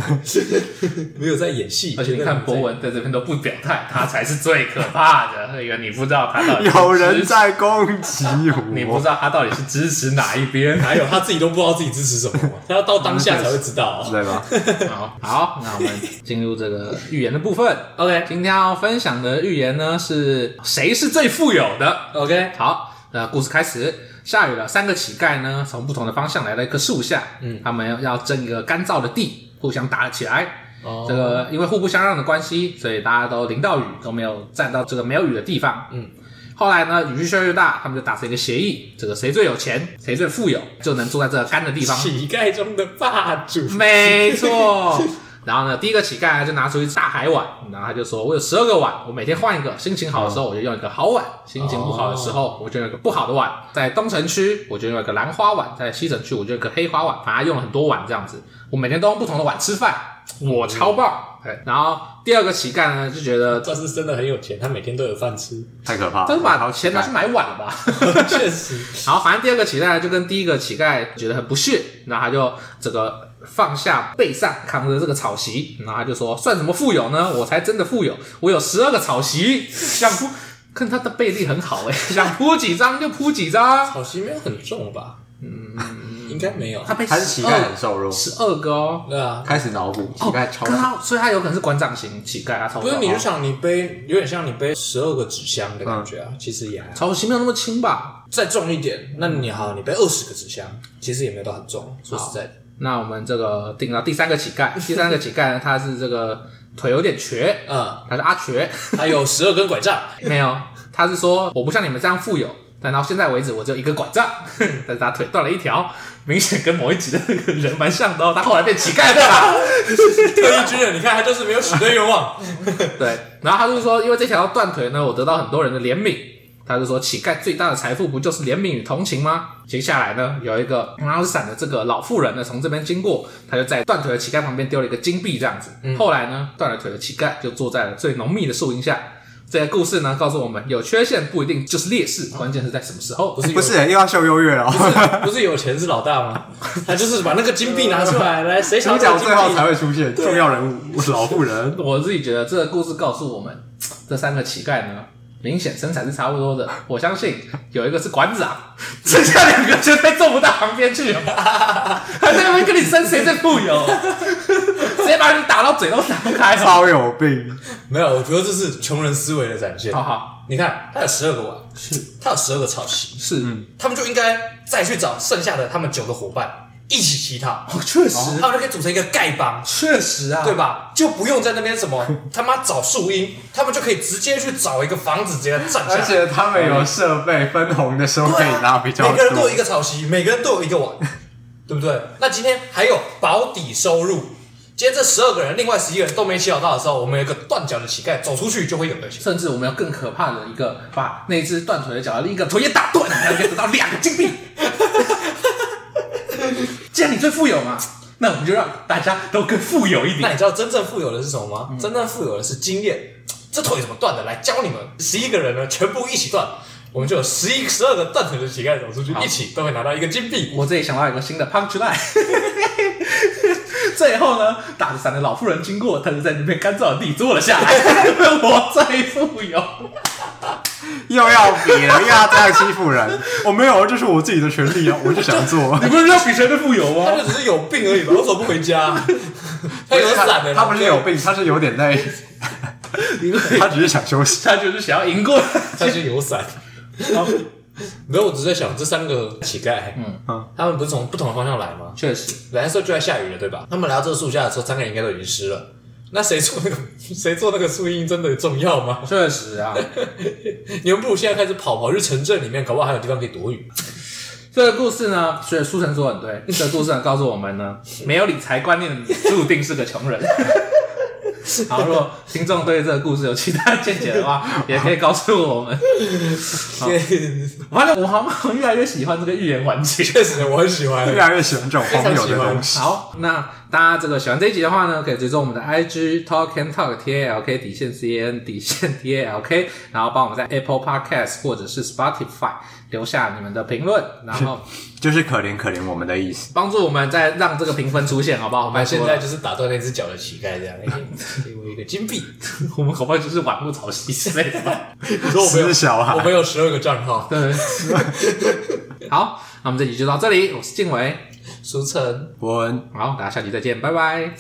[SPEAKER 2] 没有在演戏。
[SPEAKER 1] 而且你看博文在这边都不表态，他才是最可怕的。那个你不知道他到底是
[SPEAKER 3] 有人
[SPEAKER 1] 支持，
[SPEAKER 3] 在攻击
[SPEAKER 1] 你不
[SPEAKER 3] 我
[SPEAKER 1] 知，道他到底是支持哪一 边。
[SPEAKER 2] 还有他自己都不知道自己支持什么 嘛，他要到当下才会知道、啊
[SPEAKER 3] 对吧？
[SPEAKER 1] 好，好，那我们进入这个预言的部分。
[SPEAKER 2] OK
[SPEAKER 1] 今天要分享的预言呢是谁是最富有的？
[SPEAKER 2] OK，
[SPEAKER 1] 好，那故事开始。下雨了，三个乞丐呢从不同的方向来到一棵树下，嗯，他们要要争一个干燥的地，互相打了起来。
[SPEAKER 2] 哦
[SPEAKER 1] 这个因为互不相让的关系，所以大家都淋到雨，都没有站到这个没有雨的地方。
[SPEAKER 2] 嗯，
[SPEAKER 1] 后来呢，雨越下越大，他们就达成一个协议，这个谁最有钱，谁最富有，就能住在这个干的地方。
[SPEAKER 2] 乞丐中的霸主，
[SPEAKER 1] 没错。然后呢，第一个乞丐啊就拿出一大海碗，然后他就说：“我有十二个碗，我每天换一个。心情好的时候我就用一个好碗，心情不好的时候我就用一个不好的碗。在东城区我就用一个兰花碗，在西城区我就用一个黑花碗，反正用了很多碗这样子。我每天都用不同的碗吃饭，我超棒。对，然后第二个乞丐呢就觉得
[SPEAKER 2] 算是真的很有钱，他每天都有 饭吃，
[SPEAKER 3] 太可怕了！
[SPEAKER 1] 真把
[SPEAKER 3] 好
[SPEAKER 1] 钱拿去买碗了吧？
[SPEAKER 2] 确实
[SPEAKER 1] 然后反正第二个乞丐就跟第一个乞丐觉得很不屑，然后他就这个放下背上扛着这个草席，然后他就说：“算什么富有呢？我才真的富有，我有十二个草席，想铺。”看他的背力很好哎、想铺几张就铺几张。
[SPEAKER 2] 草席没有很重吧？嗯，应该没有
[SPEAKER 1] 他。被
[SPEAKER 3] 还是乞丐很瘦弱，
[SPEAKER 1] 十二个哦，
[SPEAKER 2] 对啊，
[SPEAKER 3] 开始脑补乞
[SPEAKER 1] 哦
[SPEAKER 3] 丐超
[SPEAKER 1] 跟他所以他有可能是馆长型乞丐，他超
[SPEAKER 2] 不是，你就想你背，有点像你背十二个纸箱的感
[SPEAKER 1] 嗯
[SPEAKER 2] 觉啊，其实也还好。
[SPEAKER 1] 草席没有那么轻吧？
[SPEAKER 2] 再重一点，那你好，你背二十个纸箱，其实也没有到很重。说实在的，
[SPEAKER 1] 那我们这个定到第三个乞丐，第三个乞丐呢，他是这个腿有点瘸，呃
[SPEAKER 2] 嗯，
[SPEAKER 1] 他是阿瘸。
[SPEAKER 2] 还有十二根拐 杖，
[SPEAKER 1] 没有，他是说我不像你们这样富有，但到现在为止我只有一个拐杖，但是他腿断了一条，明显跟某一集的那个人蛮像的哦。他后来变乞丐了，
[SPEAKER 2] 特一军人，你看他就是没有许对愿望。
[SPEAKER 1] 对。然后他就说，因为这条断腿呢，我得到很多人的怜悯。他就说，乞丐最大的财富不就是怜悯与同情吗？接下来呢，有一个拿着伞的这个老妇人呢，从这边经过，他就在断腿的乞丐旁边丢了一个金币，这样子。后来呢，断了腿的乞丐就坐在了最浓密的树荫下。这个故事呢，告诉我们，有缺陷不一定就是劣势，关键是在什么时候。
[SPEAKER 2] 不是
[SPEAKER 3] 不是又要秀优越了哦。
[SPEAKER 2] 不是有钱是老大 吗？他就是把那个金币拿出来，来谁
[SPEAKER 3] 主
[SPEAKER 2] 抢到
[SPEAKER 3] 角
[SPEAKER 2] 金
[SPEAKER 3] 最后才
[SPEAKER 2] 币？
[SPEAKER 3] 会出现，重要人物老妇人，
[SPEAKER 1] 我自己觉得这个故事告诉我们，这三个乞丐呢，明显身材是差不多的。我相信有一个是馆长， 剩下两个绝对坐不到旁边去，还在那边跟你争谁最富有，直接把你打到嘴都打不开。好
[SPEAKER 3] 超有病。
[SPEAKER 2] 没有，我觉得这是穷人思维的展现。
[SPEAKER 1] 好
[SPEAKER 2] 你看，他有十二个碗，他有十二个草席，
[SPEAKER 1] 是，
[SPEAKER 2] 他们就应该再去找剩下的他们九个伙伴一起乞讨，
[SPEAKER 1] 哦，确实，
[SPEAKER 2] 他们就可以组成一个丐帮。
[SPEAKER 1] 确实啊，
[SPEAKER 2] 对吧？就不用在那边什么他妈找树荫，他们就可以直接去找一个房子直接站下
[SPEAKER 3] 而
[SPEAKER 2] 来。
[SPEAKER 3] 且他们有设备分红的时候可
[SPEAKER 2] 对
[SPEAKER 3] 以
[SPEAKER 2] 啊
[SPEAKER 3] 拿比较
[SPEAKER 2] 每个人都有
[SPEAKER 3] 多
[SPEAKER 2] 一，个草席，每个人都有一个 碗，对不对？那今天还有保底收入。今天这十二个人，另外十一个人都没乞讨到的时候，我们有一个断脚的乞丐走出去就会有的钱。
[SPEAKER 1] 甚至我们有更可怕的一个，把那只断腿的脚的另一个腿也打断，然后可以得到两个金 币。既然你最富有嘛，那我们就让大家都更富有一点
[SPEAKER 2] 那。你知道真正富有的是什么吗？真正富有的是经验。这腿怎么断的？来教你们，十一个人呢，全部一起断，我们就有十一、十二个断腿的乞丐走出去，一起都会拿到一个金币。
[SPEAKER 1] 我这里想到一个新的 punch line。最后呢，打着伞的老妇人经过，她就在那边干燥的地坐了下 来。我最富有，
[SPEAKER 3] 又要比了，又要这样欺负人。我没有，这是我自己的权利啊，我就想 做。
[SPEAKER 1] 你不是要比谁最富有
[SPEAKER 2] 他
[SPEAKER 1] 吗？
[SPEAKER 2] 就只是有病而已吧？为什么不回家？ 他有伞的，
[SPEAKER 3] 他不是有，病，他是有点累，
[SPEAKER 1] 因为
[SPEAKER 3] 他只是想休息。
[SPEAKER 1] 他就是想要赢过来。
[SPEAKER 2] 他是有伞。
[SPEAKER 1] 然后
[SPEAKER 2] 没有，我只是在想这三个乞丐，嗯
[SPEAKER 3] 嗯，
[SPEAKER 2] 他们不是从不同的方向来吗？
[SPEAKER 1] 确实，
[SPEAKER 2] 来的时候就在下雨了，对吧？他们来到这个树下的时候，三个人应该都已经湿了。那谁做那个 谁做那个注音真的重要吗？
[SPEAKER 1] 确实啊，
[SPEAKER 2] 你们不如现在开始跑跑去城镇里面，搞不好还有地方可以躲雨。
[SPEAKER 1] 这个故事呢，所以苏晨说得很对，这个故事呢告诉我们呢，没有理财观念的你注定是个穷人。 好，如果听众对这个故事有其他见解的话，也可以告诉我们。
[SPEAKER 2] 啊
[SPEAKER 1] 完了，我好像越来越喜欢这个寓言环节。
[SPEAKER 2] 确实，我很喜欢。
[SPEAKER 3] 越来越喜欢这种荒
[SPEAKER 2] 非常
[SPEAKER 3] 谬
[SPEAKER 2] 喜
[SPEAKER 3] 的
[SPEAKER 2] 欢
[SPEAKER 3] 东西。
[SPEAKER 1] 好，那大家这个喜欢这一集的话呢，可以追踪我们的 IG Talk and Talk T A L K 底线 C A N 底线 T A L K，然后帮我们在 Apple Podcast 或者是 Spotify 留下你们的评论，然后
[SPEAKER 3] 就是可怜可怜我们的意思。
[SPEAKER 1] 帮助我们再让这个评分出现，好不好？我
[SPEAKER 2] 那
[SPEAKER 1] 们
[SPEAKER 2] 现在就是打断那只脚的乞丐，这样，哎给我一个金币。
[SPEAKER 1] 我们恐怕就是晚不潮汐之类的 吧。
[SPEAKER 2] 你说我们有
[SPEAKER 3] 是小孩
[SPEAKER 2] 我们有十二个账号，
[SPEAKER 1] 对。 好，那我们这集就到这里，我是静伟，
[SPEAKER 2] 俗称。
[SPEAKER 3] 我们
[SPEAKER 1] 好，大家下集再见，拜拜。